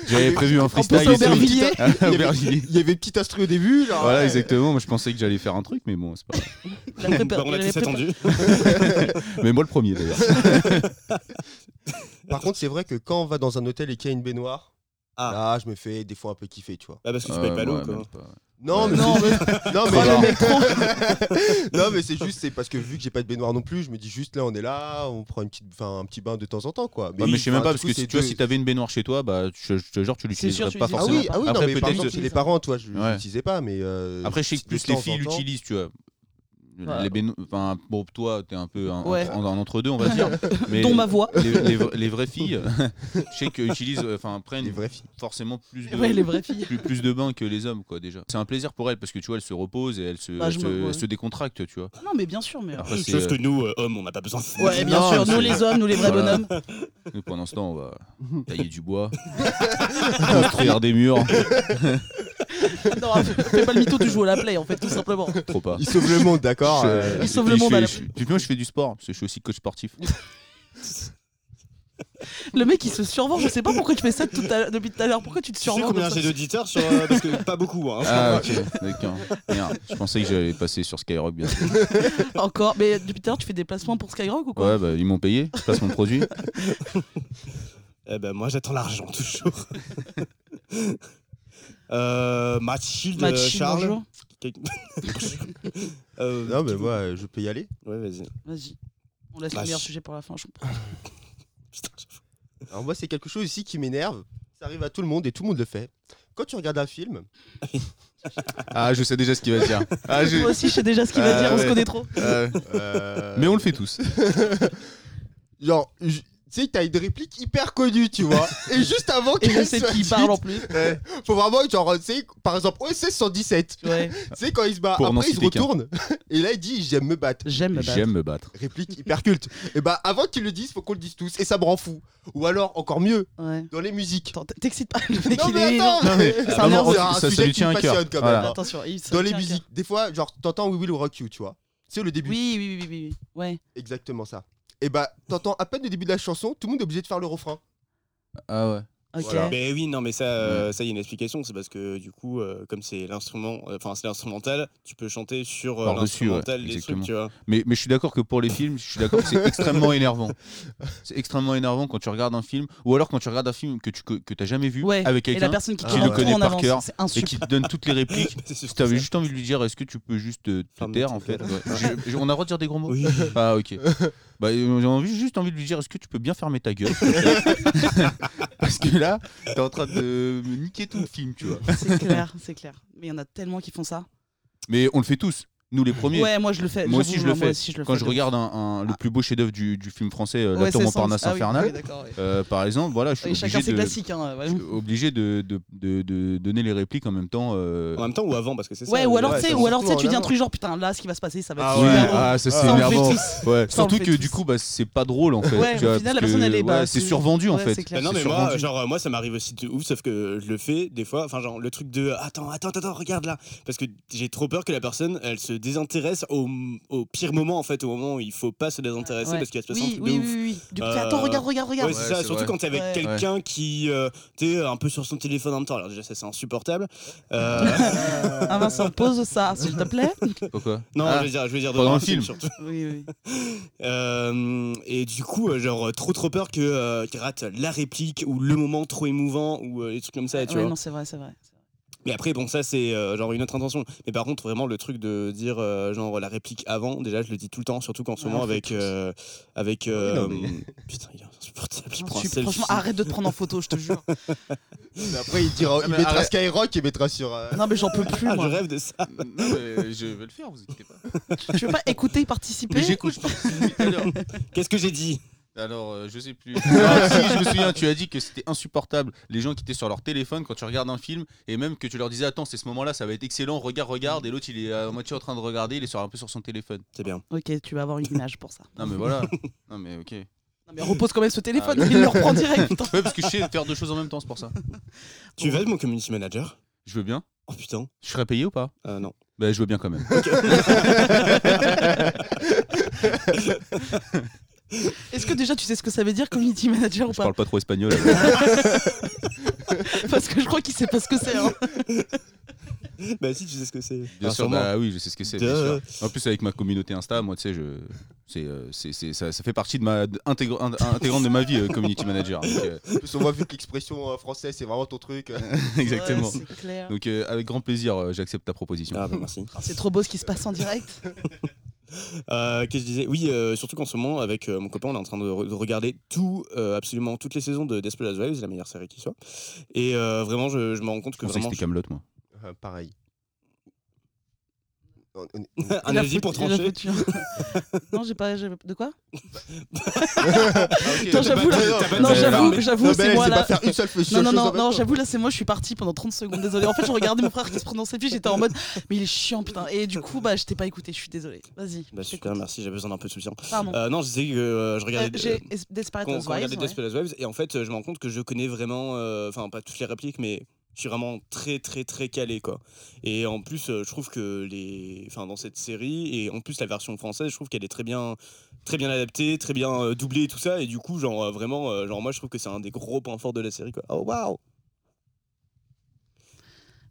Speaker 3: J'avais prévu un freestyle.
Speaker 2: pensant
Speaker 3: et tout.
Speaker 2: Aubervilliers.
Speaker 3: Ah, Aubervilliers.
Speaker 4: Il y avait une petite instru au début, genre.
Speaker 3: Voilà, exactement. Moi, je pensais que j'allais faire un truc, mais bon, c'est pas.
Speaker 2: Il a prépa-
Speaker 1: Bah, on
Speaker 2: il
Speaker 1: a
Speaker 2: avait
Speaker 1: tous
Speaker 2: prépa-
Speaker 1: attendu.
Speaker 3: Mais moi, le premier d'ailleurs.
Speaker 4: Par contre, c'est vrai que quand on va dans un hôtel et qu'il y a une baignoire,
Speaker 1: Ah.
Speaker 4: là, je me fais des fois un peu kiffer, tu vois.
Speaker 1: Bah parce que tu
Speaker 3: Euh,
Speaker 1: payes pas l'eau
Speaker 3: ouais,
Speaker 1: quoi.
Speaker 3: même pas.
Speaker 4: Non, mais
Speaker 2: Non,
Speaker 4: c'est juste- non, mais-
Speaker 3: Voilà.
Speaker 4: non, mais c'est juste, c'est parce que vu que j'ai pas de baignoire non plus, je me dis juste là, on est là, on prend une petite, enfin, un petit bain de temps en temps, quoi.
Speaker 3: Ouais, Mais,
Speaker 4: oui,
Speaker 3: je sais même
Speaker 4: enfin,
Speaker 3: pas
Speaker 4: du
Speaker 3: parce
Speaker 4: coup,
Speaker 3: que
Speaker 4: c'est
Speaker 3: si tu vois,
Speaker 4: deux-
Speaker 3: si t'avais une baignoire chez toi, bah, tu- je, je te jure, tu l'utiliserais
Speaker 2: sûr, tu
Speaker 3: pas
Speaker 2: l'utiliseras
Speaker 4: Ah
Speaker 3: forcément.
Speaker 4: oui, ah oui, non,
Speaker 3: Après,
Speaker 4: mais par
Speaker 3: peut-être
Speaker 4: exemple,
Speaker 3: que-
Speaker 4: chez les parents, toi, je
Speaker 3: Ouais.
Speaker 4: l'utilisais pas, mais. euh,
Speaker 3: Après, je sais que
Speaker 4: de
Speaker 3: plus
Speaker 4: temps
Speaker 3: les
Speaker 4: en
Speaker 3: filles
Speaker 4: temps.
Speaker 3: l'utilisent, tu vois.
Speaker 2: Ouais.
Speaker 3: Les baigno- enfin, bon, toi, t'es un peu un,
Speaker 2: Ouais.
Speaker 3: en- en- entre deux, on va dire. Mais
Speaker 2: Dont ma voix.
Speaker 3: les, les vra- les vraies filles, je sais qu'elles utilisent, euh, enfin, prennent
Speaker 4: Les vraies filles.
Speaker 3: forcément plus de,
Speaker 2: Ouais, les vraies filles.
Speaker 3: plus, plus de bains que les hommes, quoi, déjà. C'est un plaisir pour elles parce que tu vois, elles se reposent et elles se,
Speaker 2: Bah, je
Speaker 3: elles se,
Speaker 2: me- ouais.
Speaker 3: elles se décontractent, tu vois.
Speaker 2: Non, mais bien sûr, mais.
Speaker 3: Après, c'est,
Speaker 1: Chose
Speaker 3: euh,
Speaker 1: que nous euh, hommes on n'a pas besoin. de-
Speaker 2: Ouais, bien
Speaker 3: Non,
Speaker 2: sûr,
Speaker 3: mais
Speaker 2: nous
Speaker 3: c'est-
Speaker 2: les hommes, nous les vrais
Speaker 3: Voilà.
Speaker 2: bonhommes.
Speaker 3: nous, pendant ce temps, on va tailler du bois, construire des murs,
Speaker 2: Non, fais pas le mytho, tu joues à la play en fait, tout simplement.
Speaker 3: trop pas.
Speaker 4: Ils sauvent le monde, d'accord
Speaker 3: Je-
Speaker 4: euh,
Speaker 2: Ils sauvent
Speaker 3: et
Speaker 2: le
Speaker 3: je
Speaker 2: monde
Speaker 3: fais-
Speaker 2: à la-
Speaker 3: je- Depuis moi, je fais du sport, parce que je suis aussi coach sportif.
Speaker 2: Le mec, il se survend. Je sais pas pourquoi tu fais ça tout à l'heure- depuis tout à l'heure. Pourquoi tu te
Speaker 1: Tu sais
Speaker 2: survends
Speaker 1: combien
Speaker 2: comme ça
Speaker 1: j'ai d'auditeurs sur. euh, Parce que pas beaucoup. hein.
Speaker 3: Ah, ok, d'accord. Merde, je pensais que j'allais passer sur Skyrock bien sûr.
Speaker 2: Encore. Mais depuis tout à l'heure, tu fais des placements pour Skyrock ou quoi
Speaker 3: Ouais, bah ils m'ont payé, je passe mon produit.
Speaker 1: Eh ben, moi, j'attends l'argent toujours. Euh, Mathilde,
Speaker 3: bah,
Speaker 2: Mathilde,
Speaker 1: Charles.
Speaker 2: bonjour.
Speaker 1: Quel- Euh,
Speaker 4: Non, mais moi, euh, je peux y aller.
Speaker 1: Ouais, vas-y.
Speaker 2: Vas-y. On laisse
Speaker 1: Bah,
Speaker 2: le meilleur
Speaker 1: si.
Speaker 2: sujet pour la fin.
Speaker 3: Ah,
Speaker 2: Je...
Speaker 1: Putain, j'avoue.
Speaker 4: Alors, moi, c'est quelque chose ici qui m'énerve. Ça arrive à tout le monde et tout le monde le fait. Quand tu regardes un film,
Speaker 3: Ah, je sais déjà ce qu'il va dire. Ah, je-
Speaker 2: Moi aussi, je sais déjà ce qu'il va
Speaker 3: Ah,
Speaker 2: dire. On se
Speaker 3: ouais.
Speaker 2: connaît trop.
Speaker 3: euh,
Speaker 4: euh,
Speaker 3: Mais on le fait tous.
Speaker 4: genre, je- tu sais, t'as une réplique hyper connue, tu vois. et juste avant
Speaker 2: Et je
Speaker 4: qu'elle
Speaker 2: sais
Speaker 4: soit
Speaker 2: qui
Speaker 4: dite,
Speaker 2: parle en plus.
Speaker 4: euh, faut vraiment, genre, tu sais, par exemple, OSS 117.
Speaker 2: Ouais.
Speaker 4: Tu sais, quand il se bat,
Speaker 3: Pour n'en
Speaker 4: après, il se
Speaker 3: citer qu'un.
Speaker 4: retourne. Et là, il dit J'aime me battre.
Speaker 2: J'aime me battre.
Speaker 3: J'aime me battre.
Speaker 4: Réplique hyper culte. Et bah, avant qu'ils le disent, faut qu'on le dise tous. Et ça me rend fou. Ou alors, encore mieux,
Speaker 2: Ouais.
Speaker 4: dans les musiques.
Speaker 2: Attends, T'excites pas le mec,
Speaker 4: Non,
Speaker 2: il
Speaker 4: mais
Speaker 2: est.
Speaker 4: attends,
Speaker 3: Non, mais-
Speaker 4: c'est
Speaker 3: Ah,
Speaker 4: un-
Speaker 3: vraiment,
Speaker 4: c'est un
Speaker 3: ça- ça
Speaker 4: sujet
Speaker 3: lui
Speaker 4: qui
Speaker 3: tient
Speaker 4: me
Speaker 3: à cœur.
Speaker 4: passionne quand
Speaker 3: Voilà.
Speaker 4: même. hein.
Speaker 2: Attention, il se
Speaker 4: Dans les
Speaker 2: tient à cœur.
Speaker 4: musiques, des fois, genre, t'entends We Will Rock You, tu vois. C'est le début.
Speaker 2: Oui, oui, oui, oui, oui. Ouais.
Speaker 4: Exactement ça. Et bah, t'entends à peine le début de la chanson, tout le monde est obligé de faire le refrain.
Speaker 3: Ah ouais.
Speaker 2: Ok.
Speaker 4: Voilà.
Speaker 1: Mais oui, non, mais ça, euh, ça, il y a une explication. C'est parce que du coup, euh, comme c'est l'instrument, euh, enfin, c'est l'instrumental, tu peux chanter sur euh,
Speaker 3: Par-dessus, ouais,
Speaker 1: l'instrumental des trucs,
Speaker 3: exactement.
Speaker 1: tu vois.
Speaker 3: Mais, mais je suis d'accord que pour les films, je suis d'accord que c'est extrêmement énervant. C'est extrêmement énervant quand tu regardes un film, ou alors quand tu regardes un film que tu que, que t'as jamais vu
Speaker 2: Ouais.
Speaker 3: avec
Speaker 2: Et la
Speaker 3: quelqu'un
Speaker 2: personne qui
Speaker 4: qui
Speaker 2: te
Speaker 4: le
Speaker 3: connaît
Speaker 2: en
Speaker 3: par
Speaker 2: avance,
Speaker 3: cœur
Speaker 2: c'est
Speaker 3: et
Speaker 2: insupportable.
Speaker 3: qui te donne toutes les répliques.
Speaker 1: C'est ce que
Speaker 3: Tu avais
Speaker 1: c'est.
Speaker 3: juste envie de lui dire est-ce que tu peux juste euh, te
Speaker 1: Ferme
Speaker 3: taire
Speaker 1: ton
Speaker 3: en fait
Speaker 1: gueule.
Speaker 3: Ouais. Je- je- On a le droit de dire des gros mots
Speaker 1: Oui.
Speaker 3: Ah ok. Bah, euh, j'ai envie, juste envie de lui dire est-ce que tu peux bien fermer ta gueule s'il te plaît Parce que là, t'es en train de me niquer tout le film, tu vois.
Speaker 2: C'est clair, c'est clair. Mais il y en a tellement qui font ça.
Speaker 3: Mais on le fait tous, nous les premiers.
Speaker 2: Ouais, moi je le fais.
Speaker 3: Moi
Speaker 2: J'avoue,
Speaker 3: aussi, je le
Speaker 2: moi
Speaker 3: fais.
Speaker 2: aussi, je le
Speaker 3: Quand
Speaker 2: fais
Speaker 3: je
Speaker 2: de ouf.
Speaker 3: regarde un, un-
Speaker 1: Ah.
Speaker 3: le plus beau chef-d'œuvre du, du film français, euh, La
Speaker 2: Ouais,
Speaker 3: Tour
Speaker 2: c'est
Speaker 3: Montparnasse
Speaker 2: Sans- ah oui,
Speaker 3: infernale,
Speaker 2: oui, d'accord, ouais.
Speaker 3: euh, par exemple, voilà, je suis
Speaker 2: Et chacun
Speaker 3: obligé
Speaker 2: ses
Speaker 3: de,
Speaker 2: classiques. Hein,
Speaker 3: je
Speaker 2: ouais.
Speaker 3: suis obligé de, de- de- de donner les répliques en même temps. euh,
Speaker 1: En même temps ou avant, parce que c'est ça. euh,
Speaker 2: Ouais,
Speaker 1: le-
Speaker 2: ou alors,
Speaker 4: ouais,
Speaker 2: tu sais,
Speaker 4: ça
Speaker 2: ou alors tu sais,
Speaker 4: surtout
Speaker 2: tu dis
Speaker 4: en
Speaker 2: un
Speaker 4: avant.
Speaker 2: truc genre putain, là, ce qui va se passer, ça va
Speaker 1: Ah
Speaker 2: être
Speaker 3: Oui,
Speaker 1: ouais,
Speaker 2: super.
Speaker 3: ah, ça
Speaker 4: Ça,
Speaker 3: c'est
Speaker 4: on le
Speaker 3: énervant. Ouais.
Speaker 2: Ça, on le
Speaker 3: Surtout
Speaker 2: fait
Speaker 3: que du
Speaker 2: tous.
Speaker 3: coup, bah, c'est pas drôle en fait.
Speaker 2: Ouais,
Speaker 3: tu
Speaker 2: au
Speaker 3: vois,
Speaker 2: final,
Speaker 3: parce
Speaker 2: la personne,
Speaker 3: que,
Speaker 2: elle est, bah,
Speaker 3: ouais, c'est
Speaker 2: c'est-
Speaker 3: survendu en
Speaker 2: Ouais, c'est
Speaker 3: fait.
Speaker 2: clair.
Speaker 1: Bah non
Speaker 3: C'est
Speaker 1: mais moi
Speaker 3: survendu.
Speaker 1: genre euh, moi ça m'arrive aussi de ouf sauf que je le fais des fois enfin genre le truc de attends attends attends regarde là parce que j'ai trop peur que la personne elle se désintéresse au, au pire moment en fait au moment où il faut pas se désintéresser
Speaker 2: Ouais.
Speaker 1: parce qu'il va se passer un
Speaker 2: Oui,
Speaker 1: truc de
Speaker 2: oui,
Speaker 1: ouf
Speaker 2: oui, oui. Du coup,
Speaker 1: Euh,
Speaker 2: attends, regarde, regarde,
Speaker 1: Ouais,
Speaker 2: regarde.
Speaker 1: c'est
Speaker 3: Ouais,
Speaker 1: ça,
Speaker 3: c'est
Speaker 1: surtout
Speaker 3: vrai.
Speaker 1: quand t'es avec
Speaker 2: Ouais.
Speaker 1: quelqu'un qui euh, t'es un peu sur son téléphone en même temps. Alors déjà ça c'est insupportable. Euh,
Speaker 2: Ah, Vincent, pose ça, s'il te plaît.
Speaker 3: Pourquoi
Speaker 1: non,
Speaker 3: Ah.
Speaker 1: je veux dire, je veux dire
Speaker 3: Pendant
Speaker 1: dans
Speaker 3: le
Speaker 1: un film,
Speaker 3: film.
Speaker 1: surtout.
Speaker 2: Oui, oui.
Speaker 1: Euh, et du coup, euh, genre euh, trop trop peur que euh, qu'il rate la réplique ou le moment trop émouvant ou euh, des trucs comme ça, tu
Speaker 2: Ouais,
Speaker 1: vois.
Speaker 2: non, c'est vrai, c'est vrai.
Speaker 1: Mais après, bon, ça, c'est euh, genre une autre intention. Mais par contre, vraiment, le truc de dire euh, genre la réplique avant, déjà, je le dis tout le temps, surtout qu'en ce
Speaker 2: Ouais,
Speaker 1: moment,
Speaker 2: on fait
Speaker 1: avec.
Speaker 2: tous.
Speaker 1: euh, avec euh,
Speaker 4: Oui, non,
Speaker 1: Putain, il est insupportable, il
Speaker 2: Non,
Speaker 1: prend un
Speaker 2: tu-
Speaker 1: selfie.
Speaker 2: franchement, arrête de te prendre en photo, je te jure.
Speaker 4: Ah, Mais après, il, dira, il
Speaker 3: mais
Speaker 4: mettra
Speaker 3: arrête.
Speaker 4: Skyrock, il mettra sur. euh,
Speaker 2: Non, mais j'en peux plus,
Speaker 1: Ah, je
Speaker 2: moi.
Speaker 1: rêve de ça.
Speaker 3: Non, mais je vais le faire, vous inquiétez pas.
Speaker 2: Tu veux pas écouter,
Speaker 3: Mais
Speaker 2: participer
Speaker 3: j'écoute, je participe. Alors,
Speaker 1: Qu'est-ce que j'ai dit
Speaker 3: alors, euh, je sais plus. Ah, si, je me souviens, tu as dit que c'était insupportable. Les gens qui étaient sur leur téléphone quand tu regardes un film et même que tu leur disais Attends, c'est ce moment-là, ça va être excellent, regarde, regarde. Et l'autre, il est à moitié en train de regarder, il est sur, un peu sur son téléphone.
Speaker 1: C'est bien.
Speaker 2: Ok, tu vas avoir une image pour ça.
Speaker 3: Non, mais voilà. Non, mais ok. Ouais,
Speaker 2: Non, mais repose quand même ce téléphone,
Speaker 3: Ah,
Speaker 2: il le reprend direct. putain.
Speaker 3: parce que je sais faire deux choses en même temps, c'est pour ça.
Speaker 1: Tu vas être mon community manager
Speaker 3: Je veux bien.
Speaker 1: Oh putain,
Speaker 3: Je serais payé ou pas
Speaker 1: euh, non.
Speaker 3: Bah, je veux bien quand même.
Speaker 2: Est-ce que déjà tu sais ce que ça veut dire community manager ou
Speaker 3: Je
Speaker 2: pas
Speaker 3: parle pas trop espagnol.
Speaker 2: Parce que je crois qu'il sait pas ce que c'est. hein.
Speaker 1: Bah si, tu sais ce que c'est.
Speaker 3: Bien
Speaker 1: Enfin,
Speaker 3: sûr,
Speaker 1: sûrement.
Speaker 3: bah oui, je sais ce que c'est. bien
Speaker 1: Duh.
Speaker 3: sûr. En plus, avec ma communauté Insta, moi, tu sais, je, c'est, euh, c'est, c'est- ça, ça fait partie de ma de- intégr- in- intégrante de ma vie, euh, community manager. Donc, euh,
Speaker 4: En plus, on voit vu que l'expression euh, française, c'est vraiment ton truc. euh,
Speaker 3: exactement.
Speaker 2: Ouais, c'est clair.
Speaker 3: Donc, euh, avec grand plaisir, euh, j'accepte ta proposition.
Speaker 1: Ah bah merci.
Speaker 2: Oh, C'est trop beau ce qui se passe en direct.
Speaker 1: Euh, Qu'est-ce que je disais Oui, euh, surtout qu'en ce moment, avec euh, mon copain, on est en train de, re- de regarder tout, euh, absolument toutes les saisons de Desperate Housewives, la meilleure série qui soit. Et euh, vraiment, je, je me rends compte que
Speaker 3: On sait que
Speaker 1: vraiment...
Speaker 3: c'était Camelot, moi.
Speaker 4: euh, pareil. On- on-
Speaker 1: Un
Speaker 2: Il a
Speaker 1: avis pour
Speaker 2: foutu- il a
Speaker 1: trancher
Speaker 2: foutu un- non, j'ai pas. j'ai- De quoi
Speaker 3: ok,
Speaker 2: Putain, j'avoue,
Speaker 4: pas-
Speaker 2: là-
Speaker 4: Ah, t'as pas
Speaker 2: non,
Speaker 3: dit-
Speaker 2: j'avoue,
Speaker 1: Non,
Speaker 2: j'avoue,
Speaker 4: Non, mais
Speaker 2: c'est
Speaker 4: elle
Speaker 2: moi
Speaker 4: sait pas
Speaker 2: là.
Speaker 4: faire une seule chose.
Speaker 2: Non, non,
Speaker 4: chose en
Speaker 2: non,
Speaker 4: même
Speaker 2: non,
Speaker 4: temps.
Speaker 2: j'avoue, là, c'est moi, je suis parti pendant 30 secondes, désolé. En fait, je regardais mon frère qui se prononçait, puis j'étais en mode, mais il est chiant, putain. Et du coup, bah, je t'ai pas écouté, je suis désolé. Vas-y.
Speaker 1: Bah
Speaker 2: je
Speaker 1: super,
Speaker 2: t'écoute.
Speaker 1: merci, j'ai besoin d'un peu de soutien.
Speaker 2: Pardon.
Speaker 1: Euh, non, je disais que euh, je
Speaker 2: Euh,
Speaker 1: regardais... euh,
Speaker 2: J'ai Desperate
Speaker 1: quand, quand on regardait
Speaker 2: Housewives. ouais.
Speaker 1: Desperate Housewives, et en fait, euh, je me rends compte que je connais vraiment, euh, enfin, pas toutes les répliques, mais Je suis vraiment très très très calé quoi. Et en plus, euh, je trouve que les, enfin dans cette série et en plus la version française, je trouve qu'elle est très bien, très bien adaptée, très bien euh, doublée et tout ça. Et du coup, genre euh, vraiment, euh, genre moi je trouve que c'est un des gros points forts de la série quoi. Oh waouh.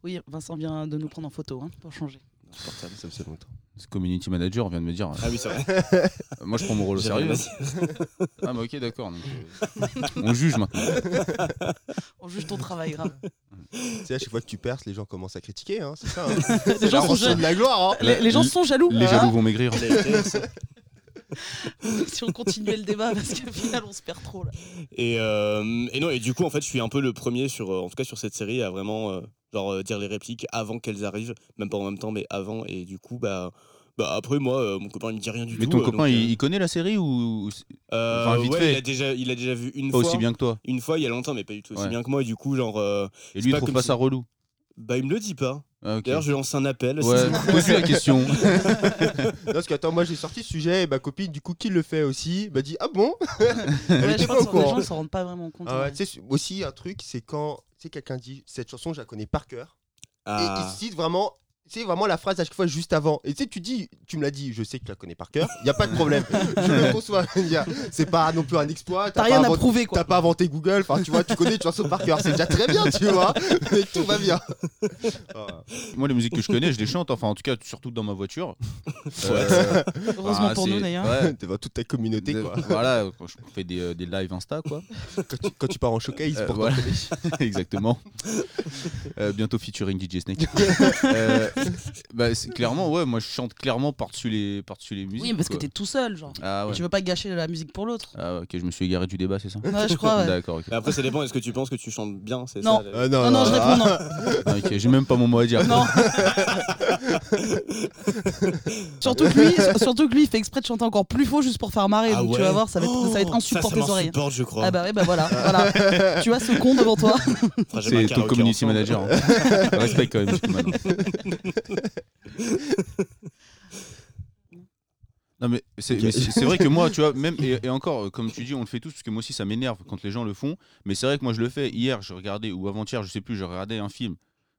Speaker 2: Oui, Vincent vient de nous prendre en photo hein, pour changer.
Speaker 1: Portable.
Speaker 4: Ça me fait longtemps.
Speaker 3: Ce community manager vient de me dire.
Speaker 1: Ah oui c'est vrai.
Speaker 3: euh, moi je prends mon rôle au
Speaker 1: J'ai
Speaker 3: sérieux.
Speaker 1: rien
Speaker 3: Ah bah ok d'accord. donc, euh, on juge maintenant.
Speaker 2: On juge ton travail grave.
Speaker 4: Tu sais, à chaque fois que tu perces, les gens commencent à critiquer, hein, c'est ça. hein. C'est
Speaker 2: gens
Speaker 4: la
Speaker 2: sont
Speaker 4: rançon
Speaker 2: jeunes.
Speaker 4: de la gloire. hein.
Speaker 2: Les, les gens sont jaloux.
Speaker 3: Les
Speaker 2: hein,
Speaker 3: jaloux vont maigrir.
Speaker 1: à dire.
Speaker 2: si on continuait le débat parce qu'au final on se perd trop là.
Speaker 1: Et, euh, et non, et du coup, en fait, je suis un peu le premier, sur, euh, en tout cas sur cette série, à vraiment euh, genre, euh, dire les répliques avant qu'elles arrivent, même pas en même temps, mais avant. Et du coup, bah, bah après, moi, euh, mon copain, il me dit rien du
Speaker 3: Mais
Speaker 1: tout.
Speaker 3: ton
Speaker 1: euh, donc,
Speaker 3: copain, il,
Speaker 1: euh,
Speaker 3: il connaît la série ou
Speaker 1: euh,
Speaker 3: enfin, vite
Speaker 1: ouais,
Speaker 3: fait.
Speaker 1: il, a déjà, il a déjà vu une
Speaker 3: pas
Speaker 1: fois.
Speaker 3: aussi bien que toi
Speaker 1: Une fois, il y a longtemps, mais pas du tout aussi
Speaker 3: Ouais.
Speaker 1: bien que moi. Et du coup, genre, euh, C'est
Speaker 3: Et lui, il
Speaker 1: pas
Speaker 3: trouve
Speaker 1: comme
Speaker 3: pas
Speaker 1: si-
Speaker 3: ça relou.
Speaker 1: bah, il me le dit pas.
Speaker 3: Ah, ok.
Speaker 1: D'ailleurs, je lance un appel.
Speaker 3: Ouais, pose la question.
Speaker 4: Non, parce que attends, moi j'ai sorti ce sujet et ma copine, du coup, qui le fait aussi, m'a dit Ah bon Elle
Speaker 2: Ouais,
Speaker 4: était
Speaker 2: je
Speaker 4: pas au
Speaker 2: pense que les
Speaker 4: courant.
Speaker 2: gens ne s'en rendent pas vraiment compte. hein.
Speaker 4: Ah ouais,
Speaker 2: ouais.
Speaker 4: tu sais, aussi un truc, c'est quand tu sais, quelqu'un dit Cette chanson, je la connais par cœur. Et
Speaker 1: Ah.
Speaker 4: il cite vraiment. C'est vraiment la phrase à chaque fois juste avant. Et tu sais, tu dis, tu me l'as dit, je sais que tu la connais par cœur, il y a pas de problème. je le conçois. je veux dire, C'est pas non plus un exploit.
Speaker 2: T'as
Speaker 4: pas
Speaker 2: rien à
Speaker 4: inventé-
Speaker 2: prouver quoi.
Speaker 4: T'as pas inventé Google, enfin tu vois, tu connais une chanson par cœur, c'est déjà très bien, tu vois, mais tout va bien.
Speaker 3: Moi, les musiques que je connais, je les chante. Enfin, en tout cas, surtout dans ma voiture.
Speaker 2: Heureusement
Speaker 3: Ah,
Speaker 2: pour nous
Speaker 3: c'est-
Speaker 2: d'ailleurs.
Speaker 3: ouais.
Speaker 4: T'es dans toute ta communauté
Speaker 3: De-
Speaker 4: quoi.
Speaker 3: Voilà, quand je fais des, euh, des lives Insta, quoi.
Speaker 4: Quand tu, quand tu pars en showcase
Speaker 3: Euh,
Speaker 4: pour
Speaker 3: voilà.
Speaker 4: t'entraîner.
Speaker 3: Exactement. Euh, bientôt featuring DJ Snake. Euh, bah, c'est- clairement, ouais, moi je chante clairement par-dessus les, par-dessus les musiques.
Speaker 2: Oui, parce que
Speaker 3: quoi.
Speaker 2: t'es tout seul, genre.
Speaker 3: Ah
Speaker 2: Et
Speaker 3: ouais.
Speaker 2: Tu veux pas gâcher la musique pour l'autre.
Speaker 3: Ah, ok, je me suis égaré du débat, c'est ça
Speaker 2: Ouais, je crois. ouais.
Speaker 3: D'accord, ok.
Speaker 1: Après, ça dépend. Est-ce que tu penses que tu chantes bien c'est
Speaker 2: Non.
Speaker 1: ça, la-
Speaker 4: Euh,
Speaker 2: Non, non, je réponds non.
Speaker 3: Ah, ok, j'ai même pas mon mot à dire.
Speaker 2: Non. surtout, que lui, surtout que lui, il fait exprès de chanter encore plus faux juste pour faire marrer.
Speaker 1: Ah
Speaker 2: donc tu
Speaker 1: ouais.
Speaker 2: vas voir, ça va être, ça va être
Speaker 1: Oh, ça,
Speaker 2: insupportable tes oreilles.
Speaker 1: Ça m'insupporte, je crois.
Speaker 2: Ah bah ouais, bah voilà, voilà. tu as ce con devant toi.
Speaker 1: Enfin, j'aime un
Speaker 3: C'est ton
Speaker 1: karaoké
Speaker 3: community
Speaker 1: ensemble. Ah,
Speaker 3: manager. hein. Respect quand même. Schumann. Non mais c'est mais c'est- c'est vrai que moi tu vois même et, et encore euh, comme tu dis on le fait tous parce que moi aussi ça m'énerve quand les gens le font mais c'est vrai que moi je le fais hier je regardais ou avant-hier je sais plus je regardais un film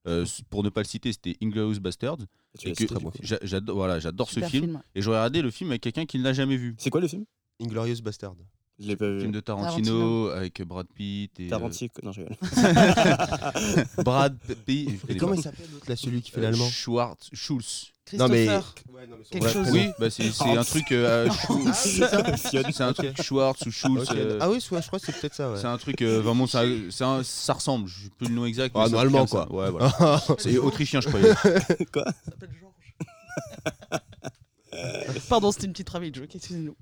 Speaker 3: euh, s- pour ne pas le citer c'était Inglourious Basterds
Speaker 1: Tu
Speaker 3: et
Speaker 1: l'as
Speaker 3: que
Speaker 1: cité, du coup.
Speaker 3: j'a- j'adore voilà j'adore ce
Speaker 2: Super
Speaker 3: film et je regardais le film avec quelqu'un qui ne l'a jamais vu
Speaker 1: C'est quoi le film
Speaker 4: Inglorious Bastard.
Speaker 1: Je l'ai pas
Speaker 3: film
Speaker 1: vu.
Speaker 3: de Tarantino,
Speaker 2: Tarantino.
Speaker 3: avec Brad Pitt et euh,
Speaker 1: Euh, Tarantino. Non, je rigole.
Speaker 3: Brad Pitt je connais
Speaker 4: Et comment
Speaker 3: pas.
Speaker 4: il s'appelle l'autre là, celui qui fait
Speaker 3: Euh,
Speaker 4: l'allemand
Speaker 3: Schwartz Schulz
Speaker 4: Non mais.
Speaker 2: Christopher.
Speaker 4: Ouais, non, mais son
Speaker 2: Quelque
Speaker 4: vrai
Speaker 2: chose.
Speaker 4: prénom.
Speaker 3: Oui, bah c'est c'est un truc. euh, Schulz. c'est un truc Schwartz ou Schulz.
Speaker 4: Ok.
Speaker 3: euh,
Speaker 4: Ah oui, ouais, je crois que c'est peut-être ça. Ouais.
Speaker 3: C'est un truc euh, vraiment, ça, c'est un- ça ressemble. Je sais plus le nom exact. mais
Speaker 4: Ah,
Speaker 3: c'est
Speaker 4: non,
Speaker 3: un truc
Speaker 4: allemand,
Speaker 3: comme ça. Ouais, voilà.
Speaker 4: Ah,
Speaker 3: C'est autrichien, je croyais.
Speaker 2: Pardon, c'était une petite travail de jeu, excusez-nous.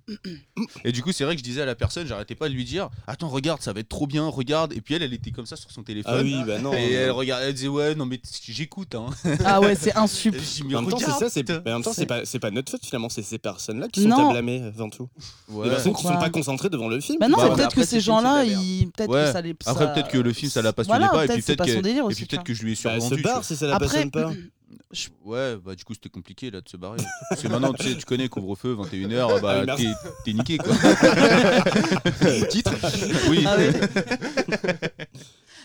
Speaker 3: Et du coup, c'est vrai que je disais à la personne, j'arrêtais pas de lui dire Attends, regarde, ça va être trop bien, regarde. Et puis elle, elle était comme ça sur son téléphone.
Speaker 1: Ah oui, bah non.
Speaker 3: Et elle regardait, elle disait Ouais, non, mais t- j'écoute. Hein.
Speaker 2: Ah ouais, c'est un
Speaker 3: Et
Speaker 2: sup.
Speaker 3: je dis,
Speaker 1: Mais
Speaker 3: Mais
Speaker 1: en même temps, c'est
Speaker 3: regarde,
Speaker 1: ça, c'est
Speaker 3: putain.
Speaker 1: mais en même temps, c'est
Speaker 2: C'est-
Speaker 1: pas, c'est pas notre faute finalement, c'est ces personnes-là qui sont
Speaker 2: Non.
Speaker 1: à blâmer avant tout.
Speaker 3: Ouais.
Speaker 1: Les personnes qui sont
Speaker 2: Pourquoi
Speaker 1: pas concentrées devant le film.
Speaker 2: Bah non,
Speaker 3: Ouais,
Speaker 2: c'est
Speaker 3: ouais.
Speaker 2: peut-être
Speaker 3: Après,
Speaker 2: que
Speaker 3: c'est
Speaker 2: ces
Speaker 3: une
Speaker 2: gens-là,
Speaker 3: série de la
Speaker 2: ils peut-être
Speaker 3: Ouais.
Speaker 2: que ça les.
Speaker 3: Après,
Speaker 2: ça-
Speaker 3: peut-être que le film, ça la passionnait
Speaker 2: Voilà,
Speaker 3: pas. Et puis
Speaker 2: peut-être c'est
Speaker 3: peut-être
Speaker 2: pas son
Speaker 3: que,
Speaker 2: délire
Speaker 3: et
Speaker 2: aussi.
Speaker 3: puis
Speaker 2: tu
Speaker 3: peut-être
Speaker 2: vois.
Speaker 3: que je lui ai
Speaker 1: Bah, elle
Speaker 3: survendu.
Speaker 1: se
Speaker 3: tu
Speaker 1: barre
Speaker 3: vois.
Speaker 1: si ça la
Speaker 2: Après- euh,
Speaker 1: passionne pas.
Speaker 3: Ouais, bah du coup c'était compliqué là de se barrer. Parce que maintenant, tu sais, tu connais couvre-feu, 21h,
Speaker 1: Ah
Speaker 3: bah
Speaker 1: oui, merci.
Speaker 3: t'es- t'es niqué quoi.
Speaker 4: le titre.
Speaker 3: Oui.
Speaker 2: Ah ouais.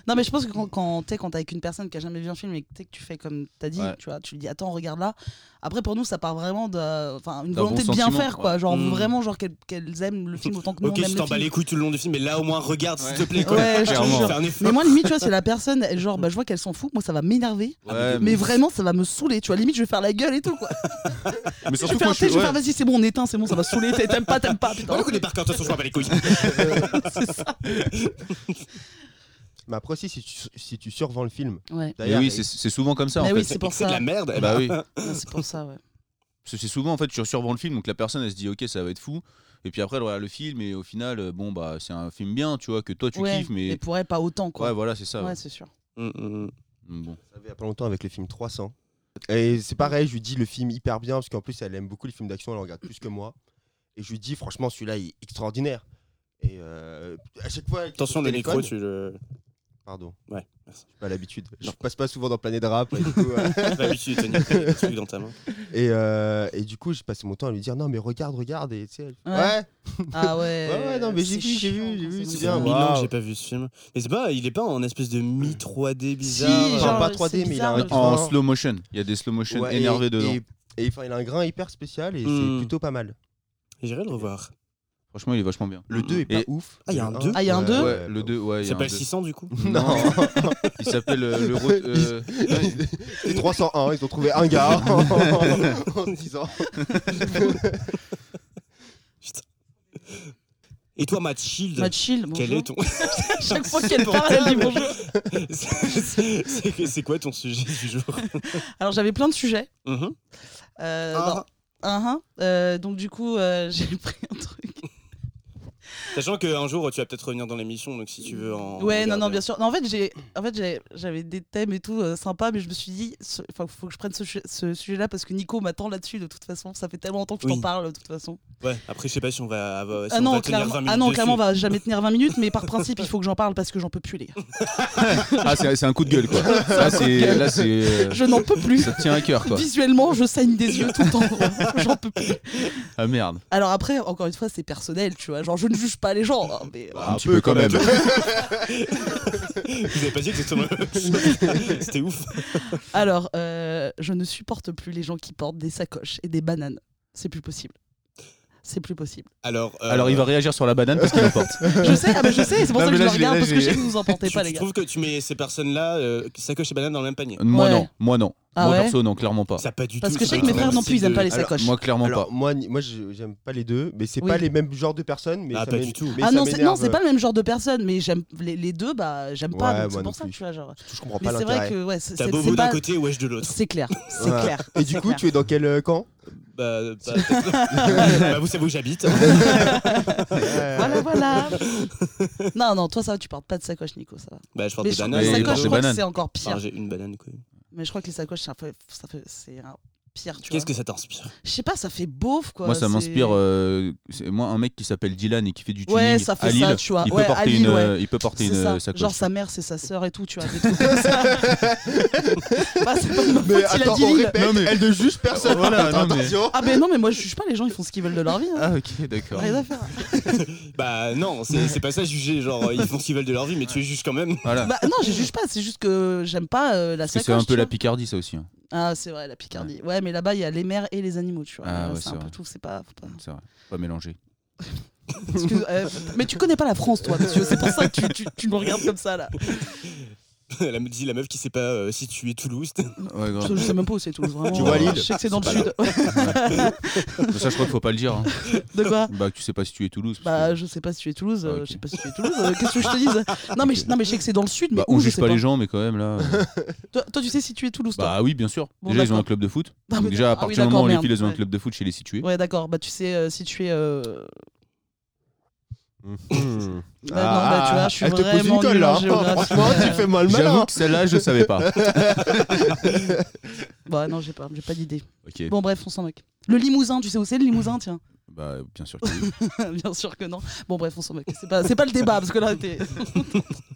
Speaker 2: Non mais je pense que quand, quand t'es quand t'es avec une personne qui a jamais vu un film et que, t'es que tu fais comme t'as dit,
Speaker 3: Ouais.
Speaker 2: tu vois, tu lui dis attends regarde là. Après pour nous ça part vraiment de, enfin une
Speaker 3: D'un
Speaker 2: volonté
Speaker 3: bon
Speaker 2: de bien
Speaker 3: sentiment, Hmm.
Speaker 2: faire quoi, genre
Speaker 1: Mm.
Speaker 2: vraiment genre qu'elles qu'elles aiment le film autant que nous
Speaker 1: Ok,
Speaker 2: on aime
Speaker 1: tu t'en
Speaker 2: le
Speaker 1: bats
Speaker 2: film.
Speaker 1: les couilles tout le long du film, mais là au moins regarde s'il
Speaker 3: Ouais.
Speaker 1: te plaît quoi.
Speaker 2: Ouais, je te
Speaker 1: Clairement.
Speaker 2: jure.
Speaker 1: Fais un effort.
Speaker 2: Mais moi limite tu vois c'est la personne elle, genre bah je vois qu'elle s'en fout, moi ça va m'énerver,
Speaker 3: Ouais,
Speaker 2: mais vraiment ça va me saouler, tu vois limite je vais faire la gueule et tout quoi.
Speaker 3: mais
Speaker 2: Je vais
Speaker 3: surtout
Speaker 2: faire,
Speaker 3: moi,
Speaker 2: un
Speaker 3: je
Speaker 2: thé, je
Speaker 3: suis-
Speaker 2: vais
Speaker 3: ouais.
Speaker 2: faire vas-y c'est bon on éteint, c'est bon ça va saouler, t'aimes- t'aimes pas t'aimes pas
Speaker 1: Bah,
Speaker 2: putain.
Speaker 1: le coup des par cœur, de toute façon, je m'en bats les couilles.
Speaker 2: c'est ça.
Speaker 4: Mais après aussi, si tu, si tu survends le film.
Speaker 2: Ouais,
Speaker 3: Mais oui, c'est c'est souvent comme ça en
Speaker 2: Mais
Speaker 3: fait.
Speaker 2: oui, c'est pour
Speaker 1: C'est de
Speaker 2: ça.
Speaker 1: la merde. eh
Speaker 3: Bah
Speaker 1: ben.
Speaker 3: oui.
Speaker 2: Ouais, c'est pour ça ouais.
Speaker 3: Parce que c'est souvent en fait tu survends le film donc la personne elle se dit ok ça va être fou et puis après elle regarde le film et au final euh, bon bah c'est un film bien tu vois que toi tu
Speaker 2: Ouais,
Speaker 3: kiffes mais
Speaker 2: pour elle pas autant quoi.
Speaker 3: ouais voilà c'est ça.
Speaker 2: Ouais,
Speaker 3: ouais.
Speaker 2: c'est sûr.
Speaker 1: Mm, mm, mm.
Speaker 3: Donc, bon.
Speaker 4: Il y a pas longtemps avec le film 300. Et c'est pareil, je lui dis le film hyper bien, parce qu'en plus, elle aime beaucoup les films d'action, elle en regarde plus que moi. Et je lui dis, franchement, celui-là il est extraordinaire. Et euh, à chaque fois. elle est sur
Speaker 1: Attention, le
Speaker 4: téléphone.
Speaker 1: micro, tu le.
Speaker 4: Pardon.
Speaker 1: Ouais, merci.
Speaker 4: J'ai Pas l'habitude. Je
Speaker 1: Non.
Speaker 4: passe pas souvent dans Planète Rap. Et du coup, euh,
Speaker 1: D'habitude, t'as une- un truc dans ta main.
Speaker 4: et, euh, et du coup, je passais mon temps à lui dire non, mais regarde, regarde. Et tu sais, elle-
Speaker 2: Ouais.
Speaker 4: ouais.
Speaker 2: Ah ouais.
Speaker 4: Ouais, ouais, non, mais j'ai
Speaker 2: c'est
Speaker 4: vu, j'ai
Speaker 2: chiant,
Speaker 4: vu, j'ai vu,
Speaker 2: quand
Speaker 1: Ça
Speaker 4: c'est
Speaker 1: fait
Speaker 2: comme
Speaker 1: un
Speaker 4: bien.
Speaker 2: ça.
Speaker 1: mille ans que
Speaker 4: Waouh.
Speaker 1: j'ai pas vu ce film. Mais c'est pas, il est pas en espèce de mi 3D bizarre.
Speaker 2: Si,
Speaker 4: Enfin,
Speaker 2: genre,
Speaker 4: pas
Speaker 2: c'est
Speaker 4: 3D, mais il a
Speaker 2: bizarre,
Speaker 4: un
Speaker 2: le
Speaker 4: grain.
Speaker 3: En slow motion. Il y a des slow motion
Speaker 4: Ouais, et-
Speaker 3: énervés dedans.
Speaker 4: Et, et enfin, il a un grain hyper spécial et
Speaker 1: Hmm.
Speaker 4: c'est plutôt pas mal.
Speaker 1: J'irai le revoir.
Speaker 3: Franchement, il est vachement bien.
Speaker 4: Le 2 est pas
Speaker 3: Et-
Speaker 4: ouf.
Speaker 1: Ah, il y a un
Speaker 4: Le
Speaker 1: deux
Speaker 4: un,
Speaker 2: Ah, il y a un
Speaker 4: ouais,
Speaker 2: deux
Speaker 4: ouais,
Speaker 3: Ouais, le 2, ouais. il y
Speaker 1: C'est
Speaker 3: a un
Speaker 1: pas le
Speaker 3: deux.
Speaker 1: 600 du coup
Speaker 3: Non. il s'appelle euh, le. re- euh,
Speaker 4: C'est 301, ils ont trouvé un gars en se disant.
Speaker 1: Et toi, Matt Shield
Speaker 2: Matt Shield, bonjour.
Speaker 1: Quel est ton.
Speaker 2: Chaque fois qu'elle parle, elle dit bonjour.
Speaker 1: C'est- c'est c'est quoi ton sujet du jour
Speaker 2: Alors j'avais plein de sujets.
Speaker 1: Mhm.
Speaker 2: Euh,
Speaker 1: Ah,
Speaker 2: dans- Hein, hein. Euh, donc du coup, euh, j'ai pris un truc.
Speaker 1: Sachant qu'un jour, tu vas peut-être revenir dans l'émission, donc si tu veux en.
Speaker 2: ouais, non, non,
Speaker 1: regarder.
Speaker 2: bien sûr. Non, en fait, j'ai, en fait, j'ai- j'avais des thèmes et tout euh, sympa, mais je me suis dit, ce- enfin, faut que je prenne ce, chu- ce sujet-là parce que Nico m'attend là-dessus de toute façon. Ça fait tellement longtemps que je
Speaker 1: Oui.
Speaker 2: t'en parle de toute façon.
Speaker 1: Ouais, après, je sais pas si on va, si
Speaker 2: ah
Speaker 1: on
Speaker 2: non,
Speaker 1: va tenir
Speaker 2: clairement,
Speaker 1: 20 minutes.
Speaker 2: ah non,
Speaker 1: dessus.
Speaker 2: clairement, on va jamais tenir 20 minutes, mais par principe, il faut que j'en parle parce que j'en peux plus, les
Speaker 1: Euh,
Speaker 2: gars.
Speaker 3: Ah, c'est c'est un coup de gueule, quoi. Là, c'est. Là, c'est. euh,
Speaker 2: Je n'en peux plus.
Speaker 3: Ça te tient à cœur, quoi.
Speaker 2: Visuellement, je saigne des yeux tout le temps. j'en peux plus.
Speaker 3: Ah merde.
Speaker 2: Alors après, encore une fois, c'est personnel, tu vois. Genre, je ne juge pas les gens, hein, mais
Speaker 3: un petit peu quand même.
Speaker 1: Vous avez pas dit exactement la même chose. C'était ouf.
Speaker 2: Alors, euh, je ne supporte plus les gens qui portent des sacoches et des bananes. C'est plus possible. C'est plus possible.
Speaker 1: Alors, euh,
Speaker 3: Alors, il va réagir sur la banane parce qu'il l'emporte.
Speaker 2: Je sais, ah bah je sais, c'est pour ça
Speaker 3: Non,
Speaker 2: que je le
Speaker 3: mais là, je l'ai-
Speaker 2: regarde
Speaker 3: là,
Speaker 2: parce que je
Speaker 3: j'ai-
Speaker 2: sais que vous en portez
Speaker 1: tu,
Speaker 2: pas, les
Speaker 1: tu
Speaker 2: gars.
Speaker 1: trouves que tu mets ces personnes-là, euh, sacoche et banane, dans le même panier
Speaker 3: Moi,
Speaker 2: Ouais.
Speaker 3: non. Moi, non. Moi,
Speaker 2: Ah ouais
Speaker 3: perso, non, clairement pas.
Speaker 1: Ça pas du
Speaker 2: Parce
Speaker 1: tout.
Speaker 2: que je sais que mes
Speaker 1: c'est un
Speaker 2: frères non plus, ils aiment pas les
Speaker 4: Alors,
Speaker 2: sacoches.
Speaker 3: Moi, clairement pas.
Speaker 4: Alors, moi, ni- moi je- j'aime pas les deux, mais c'est
Speaker 2: Oui.
Speaker 4: pas les mêmes genres de personnes. Mais
Speaker 1: Ah,
Speaker 4: ça
Speaker 1: pas
Speaker 4: m'é-
Speaker 1: du tout.
Speaker 4: mais
Speaker 2: ah
Speaker 4: ça
Speaker 2: non, c'est non,
Speaker 4: m'énerve. euh.
Speaker 2: c'est pas le même genre de personne, mais j'aime les, les deux, bah j'aime
Speaker 4: Ouais,
Speaker 2: pas, donc
Speaker 4: moi
Speaker 2: c'est
Speaker 4: non
Speaker 2: pour ça,
Speaker 4: plus.
Speaker 2: tu vois, genre.
Speaker 4: Je comprends
Speaker 2: Mais
Speaker 4: pas
Speaker 2: c'est vrai
Speaker 4: l'intérêt.
Speaker 2: que ouais, c'est
Speaker 1: T'as
Speaker 2: c'est-
Speaker 1: Bobo
Speaker 2: c'est
Speaker 1: d'un
Speaker 2: pas.
Speaker 1: côté, wesh de l'autre.
Speaker 2: C'est clair, c'est
Speaker 4: Ouais.
Speaker 2: clair.
Speaker 4: Et du
Speaker 2: Ah, c'est
Speaker 4: coup,
Speaker 2: clair.
Speaker 4: tu es dans quel euh, camp
Speaker 1: Bah, bah, bah, vous savez où j'habite.
Speaker 2: Voilà, voilà. non, non, toi ça va, tu portes pas de sacoche, Nico, ça va.
Speaker 1: bah, je porte
Speaker 2: Mais
Speaker 1: des
Speaker 2: je-
Speaker 1: bananes.
Speaker 2: les
Speaker 3: Et il porte
Speaker 2: sacoches,
Speaker 3: des
Speaker 2: je crois que
Speaker 3: bananes.
Speaker 2: c'est encore
Speaker 1: Enfin,
Speaker 2: pire.
Speaker 1: j'ai une banane. quoi.
Speaker 2: Mais je crois que les sacoches, ça fait, ça fait, c'est un pire, tu vois.
Speaker 1: Qu'est-ce que ça t'inspire
Speaker 2: Je sais pas, ça fait beauf quoi.
Speaker 3: Moi, ça
Speaker 2: c'est-
Speaker 3: m'inspire. euh, c'est- moi, un mec qui s'appelle Dylan et qui fait du tuning
Speaker 2: Ouais, ça fait
Speaker 3: à Lille,
Speaker 2: ça, tu vois.
Speaker 3: il,
Speaker 2: Ouais,
Speaker 3: peut
Speaker 2: à
Speaker 3: porter
Speaker 2: Lille,
Speaker 3: une,
Speaker 2: ouais.
Speaker 3: euh, il peut porter
Speaker 2: C'est
Speaker 3: une
Speaker 2: ça.
Speaker 3: euh, sacoche.
Speaker 2: Genre sa mère, c'est sa sœur et tout, tu vois. Des trucs comme ça. Bah, c'est pas de ma faute,
Speaker 4: Mais
Speaker 2: il a
Speaker 4: attends,
Speaker 2: dit
Speaker 4: on
Speaker 2: Lille.
Speaker 4: répète,
Speaker 3: Non, mais-
Speaker 4: elle ne juge personne.
Speaker 3: Voilà,
Speaker 4: Attends,
Speaker 3: non, mais-
Speaker 4: attention.
Speaker 2: Ah, ben non, mais moi je juge pas les gens, ils font ce qu'ils veulent de leur vie. hein.
Speaker 3: Ah, ok, d'accord.
Speaker 2: Rien à faire.
Speaker 1: Bah, non, c'est c'est pas ça juger. Genre, ils font ce qu'ils veulent de leur vie, mais tu les juges quand même.
Speaker 3: Voilà.
Speaker 2: Bah non, je juge pas, c'est juste que j'aime pas euh, la
Speaker 3: Parce que
Speaker 2: sacoche.
Speaker 3: c'est un peu
Speaker 2: tu
Speaker 3: la
Speaker 2: vois.
Speaker 3: Picardie, ça aussi. hein.
Speaker 2: Ah, c'est vrai, la Picardie. Ouais, mais là-bas, il y a les mères et les animaux, tu vois.
Speaker 3: Ah,
Speaker 2: Là,
Speaker 3: ouais,
Speaker 2: c'est
Speaker 3: c'est
Speaker 2: un peu
Speaker 3: vrai.
Speaker 2: tout, c'est pas. faut pas-
Speaker 3: C'est vrai. Pas mélanger.
Speaker 2: Excuse- euh, mais tu connais pas la France, toi, monsieur. C'est pour ça que tu, tu, tu me regardes comme ça, là.
Speaker 1: Elle me dit la meuf qui sait pas euh, situer Toulouse.
Speaker 3: Ouais, grave.
Speaker 2: Je sais même pas où c'est tout. Vraiment,
Speaker 4: Tu vois
Speaker 2: euh,
Speaker 4: Lille
Speaker 2: Je sais que c'est dans le
Speaker 4: C'est
Speaker 2: sud.
Speaker 3: ça, je crois qu'il faut pas le dire. hein.
Speaker 2: De quoi
Speaker 3: Bah, que tu sais pas si tu es Toulouse. parce
Speaker 2: Bah,
Speaker 3: que-
Speaker 2: je sais pas si tu es Toulouse, euh,
Speaker 3: Ah, ok.
Speaker 2: je sais pas si tu es Toulouse, euh, qu'est-ce que je te dise non mais, je- non, mais je sais que c'est dans le sud, mais
Speaker 3: Bah,
Speaker 2: où
Speaker 3: on
Speaker 2: je
Speaker 3: juge
Speaker 2: sais
Speaker 3: pas, les gens, mais quand même là. euh,
Speaker 2: Toi, toi, tu sais si tu es Toulouse, toi
Speaker 3: bah oui, bien sûr.
Speaker 2: Bon,
Speaker 3: déjà, ils ont
Speaker 2: d'accord.
Speaker 3: un club de foot.
Speaker 2: Non,
Speaker 3: Donc
Speaker 2: mais-
Speaker 3: déjà, à
Speaker 2: ah oui,
Speaker 3: partir du
Speaker 2: d'accord,
Speaker 3: moment où les
Speaker 2: merde,
Speaker 3: filles, elles ont un
Speaker 2: ouais.
Speaker 3: club de foot chez les situés.
Speaker 2: Ouais, d'accord, bah tu sais euh, si tu es. euh,
Speaker 4: Hmm.
Speaker 2: Bah, non, bah, tu vois, je suis
Speaker 4: elle te pose
Speaker 2: vraiment
Speaker 4: une colle
Speaker 2: nulle en
Speaker 4: là.
Speaker 2: géographie.
Speaker 4: Franchement, tu fais mal mal.
Speaker 3: J'avoue que celle-là, je savais pas.
Speaker 2: Bah, non, j'ai pas, j'ai pas d'idée.
Speaker 3: Ok.
Speaker 2: Bon, bref, on s'en moque. Le Limousin, tu sais où c'est le Limousin, tiens
Speaker 3: Bah, bien sûr. que oui.
Speaker 2: Bien sûr que non. Bon, bref, on s'en moque. C'est pas, c'est pas le débat, parce que là, t'es.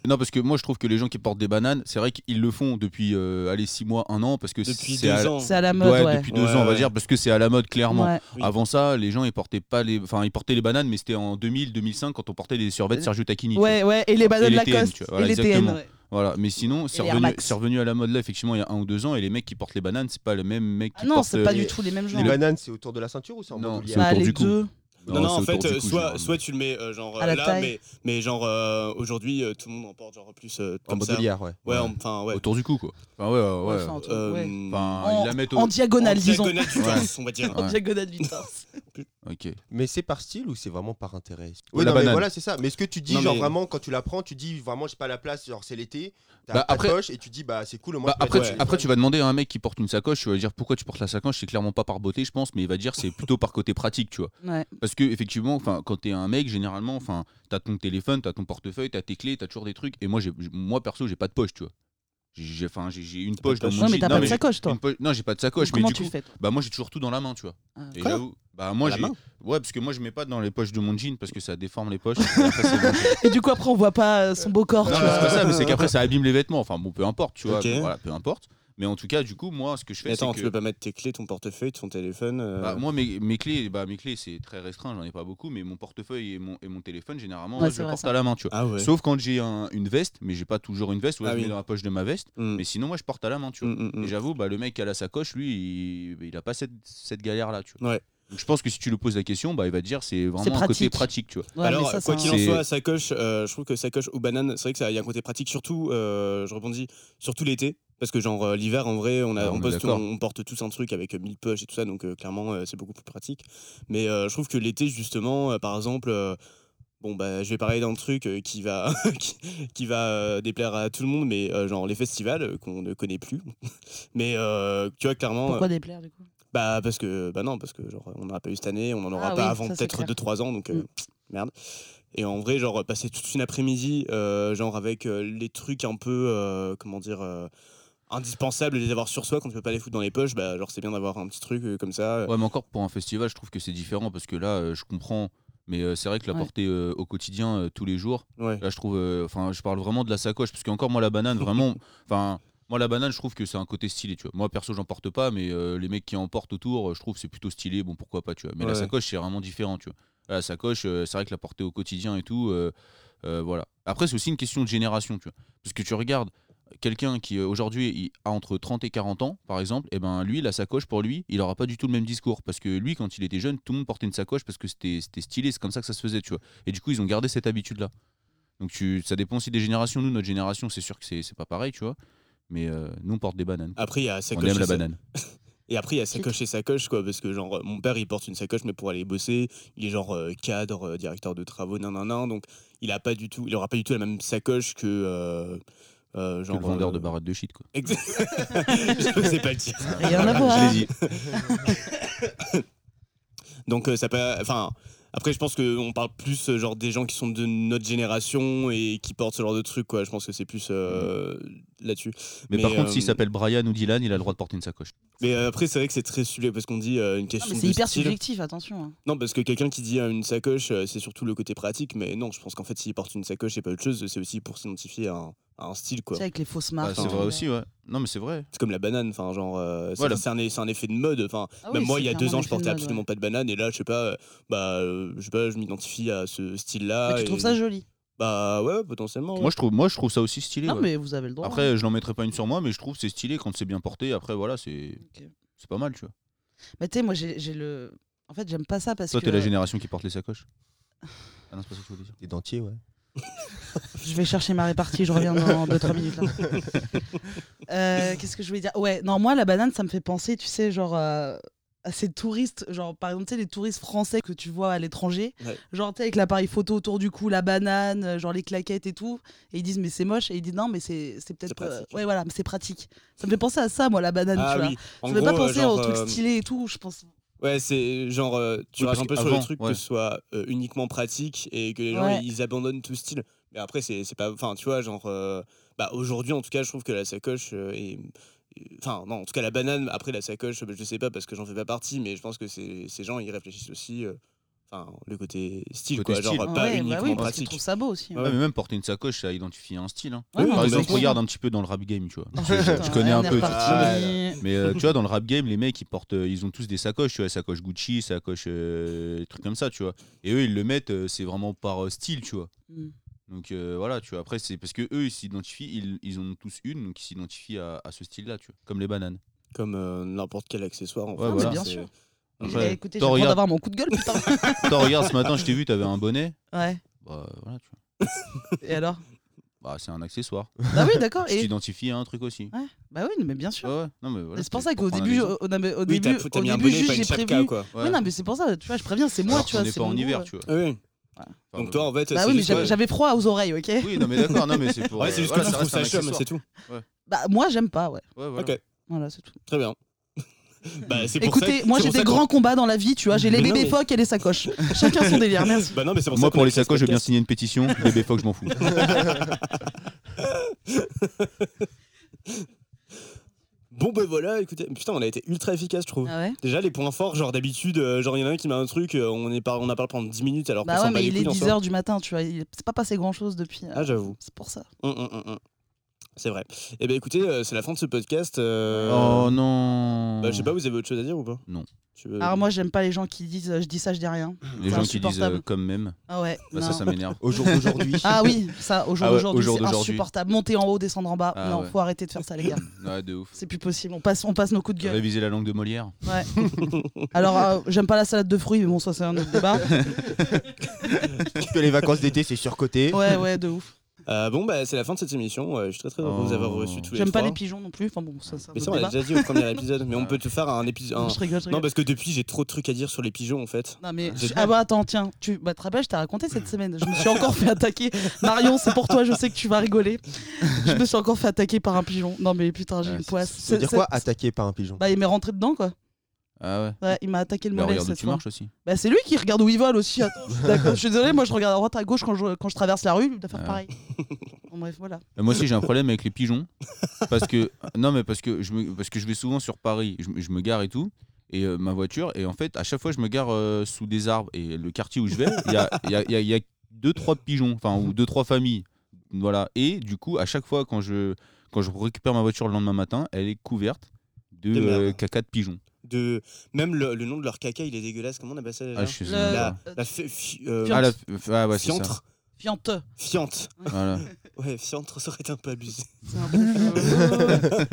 Speaker 3: Non, parce que moi, je trouve que les gens qui portent des bananes, c'est vrai qu'ils le font depuis, euh, allez, 6 mois, 1 an, parce que
Speaker 1: Depuis
Speaker 3: c'est à
Speaker 1: deux
Speaker 3: la-
Speaker 1: ans.
Speaker 2: C'est à la mode, ouais.
Speaker 3: Ouais, depuis 2
Speaker 1: Ouais,
Speaker 3: ans, on va
Speaker 1: ouais.
Speaker 3: dire, parce que c'est à la mode, clairement.
Speaker 2: Ouais.
Speaker 1: Oui.
Speaker 3: Avant ça, les gens ils portaient pas les, enfin ils portaient les bananes, mais c'était en 2000, 2005 quand on portait des survêtements de Sergio Tacchini. tu vois.
Speaker 2: Euh, ouais, ouais, et les bananes
Speaker 3: les TN,
Speaker 2: Lacoste.
Speaker 3: tu vois, voilà,
Speaker 2: et les TN,
Speaker 3: exactement.
Speaker 2: ouais.
Speaker 3: Voilà. Mais sinon, c'est
Speaker 2: les Air
Speaker 3: revenu,
Speaker 2: Max.
Speaker 3: c'est revenu à la mode là effectivement il y a un ou deux ans et les mecs qui portent les bananes, c'est pas le même mec
Speaker 2: Ah
Speaker 3: qui
Speaker 2: non,
Speaker 3: porte.
Speaker 2: c'est pas
Speaker 3: euh,
Speaker 2: du
Speaker 4: les-
Speaker 2: tout les mêmes gens. hein.
Speaker 4: Les bananes, c'est autour de la ceinture ou c'est en
Speaker 3: Non,
Speaker 4: bandoulière
Speaker 3: c'est
Speaker 2: Bah,
Speaker 3: autour
Speaker 2: les
Speaker 3: du cou.
Speaker 2: deux.
Speaker 1: Non, non,
Speaker 3: c'est
Speaker 1: en
Speaker 3: autour
Speaker 1: fait,
Speaker 3: du
Speaker 1: euh,
Speaker 3: cou,
Speaker 1: soit,
Speaker 3: généralement.
Speaker 1: soit tu le mets euh, genre
Speaker 2: À la
Speaker 1: là,
Speaker 2: taille.
Speaker 1: mais, mais genre euh, aujourd'hui, euh, tout le monde en porte genre plus euh,
Speaker 4: En
Speaker 1: comme ça.
Speaker 4: bandoulière, ouais.
Speaker 1: Ouais,
Speaker 3: Ouais.
Speaker 1: enfin, ouais.
Speaker 3: autour du cou quoi. Enfin ouais, ouais, ouais.
Speaker 2: Enfin, en tout-
Speaker 1: Euh,
Speaker 2: ouais.
Speaker 3: Enfin,
Speaker 2: En-
Speaker 3: ils la mettent au.
Speaker 2: En diagonale,
Speaker 1: en
Speaker 2: disons.
Speaker 1: diagonale du
Speaker 3: Ouais.
Speaker 1: torse, on va dire.
Speaker 2: En diagonale du torse.
Speaker 3: Ok.
Speaker 4: Mais c'est par style ou c'est vraiment par intérêt
Speaker 3: la
Speaker 4: non, mais
Speaker 3: banane.
Speaker 4: voilà, c'est ça. Mais est-ce que tu dis,
Speaker 1: Non,
Speaker 4: genre
Speaker 1: mais-
Speaker 4: vraiment, quand tu la prends, tu dis vraiment, j'ai pas la place, genre c'est l'été, t'as
Speaker 3: Bah,
Speaker 4: ta
Speaker 3: après-
Speaker 4: poche et tu dis, bah c'est cool, au moins.
Speaker 3: Bah, après,
Speaker 1: ouais.
Speaker 3: tu, après, tu vas demander à un mec qui porte une sacoche, tu vas lui dire pourquoi tu portes la sacoche, c'est clairement pas par beauté, je pense, mais il va dire c'est plutôt par côté pratique, tu vois.
Speaker 2: Ouais.
Speaker 3: Parce que effectivement, enfin, quand t'es un mec, généralement, enfin, t'as ton téléphone, t'as ton portefeuille, t'as tes clés, t'as toujours des trucs. Et moi, j'ai- moi perso, j'ai pas de poche, tu vois. J'ai enfin, j'ai- j'ai une poche dans mon
Speaker 2: Non, mais
Speaker 3: jean.
Speaker 2: t'as pas de
Speaker 3: j'ai-
Speaker 2: sacoche, toi.
Speaker 3: une poche- Non, j'ai pas de sacoche, mais
Speaker 2: Comment
Speaker 3: du
Speaker 2: tu
Speaker 3: coup,
Speaker 2: fais toi
Speaker 3: bah moi j'ai toujours tout dans la main, tu vois.
Speaker 2: Ah.
Speaker 3: Et
Speaker 1: Quoi
Speaker 3: j'avoue, bah moi
Speaker 1: La
Speaker 3: j'ai
Speaker 1: main
Speaker 3: Ouais, parce que moi je mets pas dans les poches de mon jean parce que ça déforme les poches. et après, c'est bon.
Speaker 2: Et du coup, après, on voit pas euh, son beau corps.
Speaker 3: Non,
Speaker 2: tu
Speaker 3: mais
Speaker 2: vois.
Speaker 3: c'est pas ça, mais c'est qu'après ça abîme les vêtements. Enfin bon, peu importe, tu vois.
Speaker 1: Ok.
Speaker 3: bon, Voilà, peu importe. Mais en tout cas, du coup, moi, ce que je fais,
Speaker 1: Mais
Speaker 3: c'est
Speaker 1: attends, tu
Speaker 3: que
Speaker 1: peux pas mettre tes clés, ton portefeuille, ton téléphone. euh,
Speaker 3: bah, moi, mes, mes clés, bah, mes clés, c'est très restreint. J'en ai pas beaucoup, mais mon portefeuille et mon, et mon téléphone, généralement,
Speaker 2: Ouais,
Speaker 3: je
Speaker 2: c'est
Speaker 3: le
Speaker 2: vrai,
Speaker 3: porte
Speaker 2: ça.
Speaker 3: à la main, tu vois.
Speaker 1: Ah ouais.
Speaker 3: Sauf quand j'ai un- une veste, mais j'ai pas toujours une veste. Ouais,
Speaker 1: Ah
Speaker 3: je
Speaker 1: oui.
Speaker 3: mets dans la poche de ma veste.
Speaker 1: Mm.
Speaker 3: Mais sinon, moi, je porte à la main, tu vois.
Speaker 1: Mm, mm, mm.
Speaker 3: Et j'avoue, bah, le mec qui a la sacoche, lui, il, il a pas cette, cette galère-là, tu vois.
Speaker 1: Ouais.
Speaker 3: Donc, je pense que si tu lui poses la question, bah, il va te dire c'est vraiment
Speaker 2: C'est
Speaker 3: un côté
Speaker 2: pratique.
Speaker 3: pratique, tu vois.
Speaker 2: Ouais, mais
Speaker 1: Bah Alors,
Speaker 2: ça,
Speaker 1: quoi
Speaker 2: c'est
Speaker 1: qu'il
Speaker 2: un-
Speaker 1: en
Speaker 3: C'est-
Speaker 1: soit, sacoche, euh, je trouve que sacoche ou banane, c'est vrai que ça y a un côté pratique, surtout, euh, je rebondis, surtout l'été. Parce que, genre, euh, l'hiver, en vrai, on, a,
Speaker 3: Ah, on
Speaker 1: on,
Speaker 3: est
Speaker 1: poste-
Speaker 3: d'accord.
Speaker 1: on porte tous un truc avec euh, mille poches et tout ça, donc euh, clairement, euh, c'est beaucoup plus pratique. Mais euh, je trouve que l'été, justement, euh, par exemple, euh, bon, bah, je vais parler d'un truc euh, qui va, qui, qui va euh, déplaire à tout le monde, mais euh, genre les festivals euh, qu'on ne connaît plus. mais euh, tu vois, clairement.
Speaker 2: Pourquoi déplaire du coup
Speaker 1: Bah parce que bah non parce que genre on n'aura pas eu cette année, on n'en aura
Speaker 2: Ah
Speaker 1: pas
Speaker 2: oui,
Speaker 1: avant
Speaker 2: ça, c'est
Speaker 1: peut-être
Speaker 2: clair.
Speaker 1: 2 3 ans donc euh,
Speaker 2: Mm.
Speaker 1: merde. Et en vrai genre passer toute une après-midi euh, genre avec euh, les trucs un peu euh, comment dire euh, indispensables de les avoir sur soi quand tu peux pas les foutre dans les poches, bah genre c'est bien d'avoir un petit truc euh, comme ça. euh.
Speaker 3: Ouais, mais encore pour un festival, je trouve que c'est différent parce que là, euh, je comprends. Mais euh, c'est vrai que la
Speaker 2: Ouais.
Speaker 3: porter euh, au quotidien, euh, tous les jours,
Speaker 1: Ouais.
Speaker 3: là, je trouve. euh, Enfin, je parle vraiment de la sacoche parce qu'encore, moi, la banane, vraiment. Enfin, moi, la banane, je trouve que c'est un côté stylé, tu vois. Moi, perso, j'en porte pas, mais euh, les mecs qui en portent autour, euh, je trouve que c'est plutôt stylé. Bon, pourquoi pas, tu vois. Mais la
Speaker 1: Ouais.
Speaker 3: sacoche, c'est vraiment différent, tu vois. La sacoche, euh, c'est vrai que la porter au quotidien et tout, euh, euh, voilà. Après, c'est aussi une question de génération, tu vois. Parce que tu regardes quelqu'un qui euh, aujourd'hui il a entre 30 et 40 ans par exemple et ben lui la sacoche pour lui il aura pas du tout le même discours parce que lui quand il était jeune tout le monde portait une sacoche parce que c'était c'était stylé c'est comme ça que ça se faisait tu vois et du coup ils ont gardé cette habitude là donc tu ça dépend aussi des générations nous notre génération c'est sûr que c'est c'est pas pareil tu vois mais euh, nous on porte des bananes
Speaker 1: Après il y a
Speaker 3: on
Speaker 1: sacoche
Speaker 3: aime
Speaker 1: et
Speaker 3: la
Speaker 1: sa-
Speaker 3: banane
Speaker 1: et après il y a sacoche et sacoche quoi parce que genre euh, mon père il porte une sacoche mais pour aller bosser, il est genre euh, cadre, euh, directeur de travaux nan nan nan donc il a pas du tout il aura pas du tout la même sacoche que euh, euh,
Speaker 3: Que
Speaker 1: genre
Speaker 3: le vendeur
Speaker 1: euh,
Speaker 3: de barrettes de shit quoi
Speaker 1: Ex- je sais pas le dire.
Speaker 2: Rien à voir.
Speaker 3: dit
Speaker 1: Donc euh, ça peut, enfin. Après, je pense qu'on parle plus euh, genre des gens qui sont de notre génération et qui portent ce genre de trucs, quoi. Je pense que c'est plus euh, là-dessus.
Speaker 3: mais, par
Speaker 1: Mais,
Speaker 3: contre
Speaker 1: euh,
Speaker 3: s'il s'appelle Brian ou Dylan il a le droit de porter une sacoche
Speaker 1: Mais euh, après, c'est vrai que c'est très subjectif parce qu'on dit euh, une
Speaker 2: Ah,
Speaker 1: question
Speaker 2: mais
Speaker 1: de
Speaker 2: C'est hyper
Speaker 1: style.
Speaker 2: subjectif, attention. hein.
Speaker 1: Non, parce que quelqu'un qui dit euh, une sacoche, euh, c'est surtout le côté pratique. Mais non, je pense qu'en fait, s'il porte une sacoche et pas autre chose, c'est aussi pour s'identifier à, un- à un style,
Speaker 2: Tu
Speaker 1: quoi.
Speaker 2: sais, avec les fausses
Speaker 3: Ah,
Speaker 2: marques. euh,
Speaker 3: c'est
Speaker 1: attends.
Speaker 3: vrai aussi ouais non mais c'est vrai
Speaker 1: C'est comme la banane, enfin, genre, euh, c'est-
Speaker 3: Voilà.
Speaker 1: c'est un, é- c'est un effet de mode. Enfin,
Speaker 2: Ah
Speaker 1: même moi, il y a deux ans, je portais absolument pas de banane, et là, je sais pas, euh, bah, euh, je sais pas, je m'identifie à ce style-là.
Speaker 2: Tu trouves
Speaker 1: et-
Speaker 2: ça joli
Speaker 1: Bah ouais, potentiellement.
Speaker 3: moi je trouve moi je trouve ça aussi stylé
Speaker 2: Non,
Speaker 3: ouais.
Speaker 2: mais vous avez le droit. hein.
Speaker 3: Après, je n'en mettrai pas une sur moi, mais je trouve que c'est stylé quand c'est bien porté. Après, voilà, c'est
Speaker 2: Ok.
Speaker 3: c'est pas mal, tu vois.
Speaker 2: Mais tu sais, moi, j'ai j'ai le. En fait, j'aime pas ça parce
Speaker 3: Toi,
Speaker 2: que
Speaker 3: t'es la génération qui porte les sacoches. Ah non, c'est pas ça que je voulais dire.
Speaker 4: Des dentiers, ouais.
Speaker 2: je vais chercher ma répartie, je reviens dans 2-3 minutes. là. Euh, Qu'est-ce que je voulais dire Ouais, non, moi, la banane, ça me fait penser, tu sais, genre. euh, à ces touristes, genre par exemple, tu sais, les touristes français que tu vois à l'étranger,
Speaker 1: Ouais.
Speaker 2: genre tu sais, avec l'appareil photo autour du cou, la banane, euh, genre les claquettes et tout, et ils disent mais c'est moche, et ils disent non, mais c'est c'est peut-être. euh,
Speaker 1: C'est pratique.
Speaker 2: ouais, voilà, mais c'est pratique. Ça me fait penser à ça, moi, la banane,
Speaker 1: Ah
Speaker 2: tu vois.
Speaker 1: oui. En
Speaker 2: Ça me fait pas
Speaker 1: gros, euh,
Speaker 2: penser
Speaker 1: genre,
Speaker 2: au truc
Speaker 1: euh,
Speaker 2: stylé et tout, je pense.
Speaker 1: Ouais, c'est genre, euh, tu
Speaker 3: Oui,
Speaker 1: rages
Speaker 3: parce
Speaker 1: un peu sur le
Speaker 3: qu'avant,
Speaker 1: truc
Speaker 3: ouais.
Speaker 1: que ce soit euh, uniquement pratique et que les gens
Speaker 2: Ouais.
Speaker 1: ils abandonnent tout style. Mais après, c'est c'est pas. Enfin, tu vois, genre. euh, bah, aujourd'hui, en tout cas, je trouve que la sacoche euh, est. est- Enfin, non, en tout cas, la banane, après la sacoche, euh, je sais pas parce que j'en fais pas partie, mais je pense que ces, ces gens ils réfléchissent aussi. euh, Enfin, le côté style,
Speaker 3: Côté
Speaker 1: quoi. Genre,
Speaker 3: style.
Speaker 1: euh,
Speaker 2: Ouais,
Speaker 1: pas
Speaker 2: bah
Speaker 1: uniquement
Speaker 2: oui, parce qu'ils
Speaker 1: pratique.
Speaker 2: trouvent ça beau aussi.
Speaker 1: Ouais,
Speaker 3: Ouais, mais même porter une sacoche, ça identifie un style. hein.
Speaker 2: Ouais, non,
Speaker 3: Par
Speaker 2: mais
Speaker 3: exemple,
Speaker 2: Ah, bah, c'est-
Speaker 3: regarde un petit peu dans le rap game, tu vois.
Speaker 2: Oh,
Speaker 3: Je, je
Speaker 2: putain,
Speaker 3: connais
Speaker 2: on
Speaker 3: un
Speaker 2: est
Speaker 1: Ah,
Speaker 3: peu.
Speaker 2: reparti.
Speaker 3: Mais euh, tu vois, dans le rap game, les mecs, ils portent, euh, ils ont tous des sacoches, tu vois, sacoche Gucci, sacoche, euh, des trucs comme ça, tu vois. Et eux, ils le mettent, euh, c'est vraiment par euh, style, tu vois.
Speaker 2: Mm.
Speaker 3: Donc euh, voilà, tu vois. Après, c'est parce que eux, ils s'identifient, ils, ils en ont tous une, donc ils s'identifient à, à ce style-là, tu vois. Comme les bananes.
Speaker 1: Comme euh, n'importe quel accessoire. en
Speaker 3: Ouais, voilà.
Speaker 2: bien
Speaker 1: c'est-
Speaker 2: sûr.
Speaker 3: Après,
Speaker 2: Eh, écoutez,
Speaker 3: toi,
Speaker 2: j'ai le droit
Speaker 3: regarde-
Speaker 2: d'avoir mon coup de gueule, putain.
Speaker 3: Toi, regarde, ce matin, je t'ai vu, t'avais un bonnet.
Speaker 2: ouais.
Speaker 3: Bah, voilà, tu vois.
Speaker 2: Et alors
Speaker 3: Bah, c'est un accessoire.
Speaker 2: Bah oui, d'accord.
Speaker 3: Tu
Speaker 2: Et...
Speaker 3: t'identifies à un truc aussi.
Speaker 2: Ouais. Bah oui, mais bien sûr.
Speaker 3: Ouais, ouais. Non, mais voilà,
Speaker 2: Mais c'est pour
Speaker 3: c'est
Speaker 2: ça qu'au
Speaker 3: prendre un
Speaker 2: début,
Speaker 3: exemple.
Speaker 2: au, au- au
Speaker 1: Oui, t'as
Speaker 2: début,
Speaker 1: t'as
Speaker 2: au
Speaker 1: mis un
Speaker 2: début,
Speaker 1: bonnet,
Speaker 2: juste,
Speaker 1: pas une
Speaker 2: j'ai
Speaker 1: chapka,
Speaker 2: prévu.
Speaker 1: quoi.
Speaker 2: Oui, non, mais c'est pour ça. Tu vois, je préviens, c'est moi,
Speaker 3: Alors
Speaker 2: tu
Speaker 3: qu'on
Speaker 2: vois.
Speaker 3: n'est
Speaker 2: c'est
Speaker 3: pas
Speaker 2: mon
Speaker 3: en
Speaker 2: goût,
Speaker 3: hiver,
Speaker 2: euh.
Speaker 3: tu vois.
Speaker 1: Ah oui.
Speaker 3: Enfin,
Speaker 1: Donc,
Speaker 3: bon.
Speaker 1: toi, en fait.
Speaker 2: Bah
Speaker 1: c'est
Speaker 2: oui, mais
Speaker 1: juste-
Speaker 2: j'avais-
Speaker 1: ouais.
Speaker 2: j'avais froid aux oreilles, ok
Speaker 3: Oui, non, mais d'accord, non, mais c'est pour.
Speaker 1: Ouais, c'est
Speaker 3: euh,
Speaker 1: juste que
Speaker 3: voilà,
Speaker 1: tu trouves
Speaker 3: reste un
Speaker 1: ça chum,
Speaker 3: accessoire.
Speaker 1: c'est tout.
Speaker 2: Bah moi, j'aime pas, ouais.
Speaker 3: Ouais, voilà.
Speaker 1: Ok,
Speaker 2: Voilà, c'est tout.
Speaker 1: très bien. Bah, c'est pour ça-
Speaker 2: Écoutez, moi
Speaker 1: c'est
Speaker 2: j'ai
Speaker 1: pour
Speaker 2: des
Speaker 1: ça qu'on-
Speaker 2: grands combats dans la vie, tu vois. J'ai les
Speaker 1: Mais non,
Speaker 2: bébés
Speaker 1: mais-
Speaker 2: phoques et les sacoches. Chacun son délire, merci.
Speaker 1: Bah non, mais c'est pour
Speaker 3: Moi,
Speaker 1: ça qu'on
Speaker 3: pour
Speaker 1: a
Speaker 3: les
Speaker 1: créé ce
Speaker 3: sacoches, je veux bien
Speaker 1: podcast.
Speaker 3: signer une pétition. Bébé Fox, je m'en fous.
Speaker 1: Bon, ben voilà, écoutez. Putain, on a été ultra efficace, je trouve.
Speaker 2: Ah ouais
Speaker 1: Déjà, les points forts, genre d'habitude, euh, genre il y en a un qui m'a un truc, euh, on, est par- on en parle pendant 10 minutes alors qu'on
Speaker 2: Bah
Speaker 1: s'en
Speaker 2: ouais,
Speaker 1: bat
Speaker 2: mais
Speaker 1: les
Speaker 2: il est
Speaker 1: couilles en
Speaker 2: 10h
Speaker 1: soi.
Speaker 2: du matin, tu vois. Il c'est pas passé grand chose depuis. euh,
Speaker 1: Ah, j'avoue.
Speaker 2: c'est pour ça.
Speaker 1: Hum, hum, hum, hum. C'est vrai. Eh ben écoutez, euh, c'est la fin de ce podcast. euh,
Speaker 3: Oh non.
Speaker 1: bah, je sais pas, vous avez autre chose à dire ou pas
Speaker 3: Non.
Speaker 1: Tu veux-
Speaker 2: Alors moi, j'aime pas les gens qui disent euh, je dis ça, je dis rien.
Speaker 3: Les
Speaker 2: C'est
Speaker 3: gens qui disent
Speaker 2: insupportable.
Speaker 3: euh, comme même,
Speaker 2: Ah ouais.
Speaker 3: Bah, ça,
Speaker 2: non.
Speaker 3: ça m'énerve.
Speaker 1: Oh,
Speaker 4: Au jour d'aujourd'hui.
Speaker 2: Ah oui, ça, au jour
Speaker 3: Ah ouais,
Speaker 2: d'aujourd'hui,
Speaker 3: au jour
Speaker 2: c'est
Speaker 3: d'aujourd'hui.
Speaker 2: insupportable. Monter en haut, descendre en bas.
Speaker 3: Ah
Speaker 2: non,
Speaker 3: ouais.
Speaker 2: faut arrêter de faire ça, les gars.
Speaker 3: Ouais, de ouf.
Speaker 2: C'est plus possible. On passe, on passe nos coups de gueule.
Speaker 3: Réviser la langue de Molière.
Speaker 2: Ouais. Alors, euh, j'aime pas la salade de fruits, mais bon, ça, c'est un autre débat.
Speaker 4: que les vacances d'été, c'est surcoté.
Speaker 2: Ouais, ouais, de ouf.
Speaker 1: Euh, bon, bah, c'est la fin de cette émission. euh, je suis très très heureux de vous avoir
Speaker 3: Oh.
Speaker 1: reçu tous les
Speaker 2: J'aime pas
Speaker 1: trois.
Speaker 2: les pigeons non plus. Enfin bon, ça, c'est un
Speaker 1: Mais
Speaker 2: autre
Speaker 1: ça, on l'a
Speaker 2: débat.
Speaker 1: déjà dit au premier épisode. Mais on
Speaker 3: Ah.
Speaker 1: peut te faire un épisode.
Speaker 2: Non, je rigole, je
Speaker 1: Non,
Speaker 2: rigole.
Speaker 1: parce que depuis, j'ai trop de trucs à dire sur les pigeons en fait.
Speaker 2: Non mais
Speaker 1: J'ai-
Speaker 2: ah bah attends tiens tu bah, te rappelles je t'ai raconté cette semaine je me suis encore fait attaquer Marion c'est pour toi je sais que tu vas rigoler je me suis encore fait attaquer par un pigeon non mais putain j'ai
Speaker 3: Ouais,
Speaker 2: une
Speaker 3: c'est-
Speaker 2: poisse
Speaker 4: Ça veut dire
Speaker 2: C'est-
Speaker 4: quoi
Speaker 2: c'est-
Speaker 4: attaqué par un pigeon
Speaker 2: bah il m'est rentré dedans quoi
Speaker 3: Ah ouais.
Speaker 2: Ouais, il m'a attaqué le
Speaker 3: Bah,
Speaker 2: mollet
Speaker 3: regarde où
Speaker 2: cette
Speaker 3: tu
Speaker 2: fois
Speaker 3: marches aussi.
Speaker 2: bah c'est lui qui regarde où il vole aussi attends je suis d'accord je suis désolé moi je regarde à droite à gauche quand je quand je traverse la rue il doit faire
Speaker 3: Ouais.
Speaker 2: pareil Bon, bref voilà
Speaker 3: Euh, Moi aussi j'ai un problème avec les pigeons parce que non mais parce que je me, parce que je vais souvent sur Paris, je, me- je me gare et tout et euh, ma voiture et en fait à chaque fois je me gare euh, sous des arbres et le quartier où je vais il y a il y a- il y a- il y a deux trois pigeons enfin ou deux trois familles voilà et du coup à chaque fois quand je quand je récupère ma voiture le lendemain matin elle est couverte de
Speaker 1: De merde.
Speaker 3: euh, caca de pigeons.
Speaker 1: De... Même le, le nom de leur caca, il est dégueulasse. Comment on appelle ça déjà
Speaker 3: Ah, je suis
Speaker 2: Le-
Speaker 1: La,
Speaker 3: la...
Speaker 2: euh,
Speaker 1: la fi- fi- euh,
Speaker 3: ah, la... ah, ouais, c'est ça.
Speaker 1: fiantre.
Speaker 2: fianteux
Speaker 1: Fiante.
Speaker 3: Voilà.
Speaker 1: Ouais, fiantre, ça aurait été un peu abusé.
Speaker 2: c'est un peu-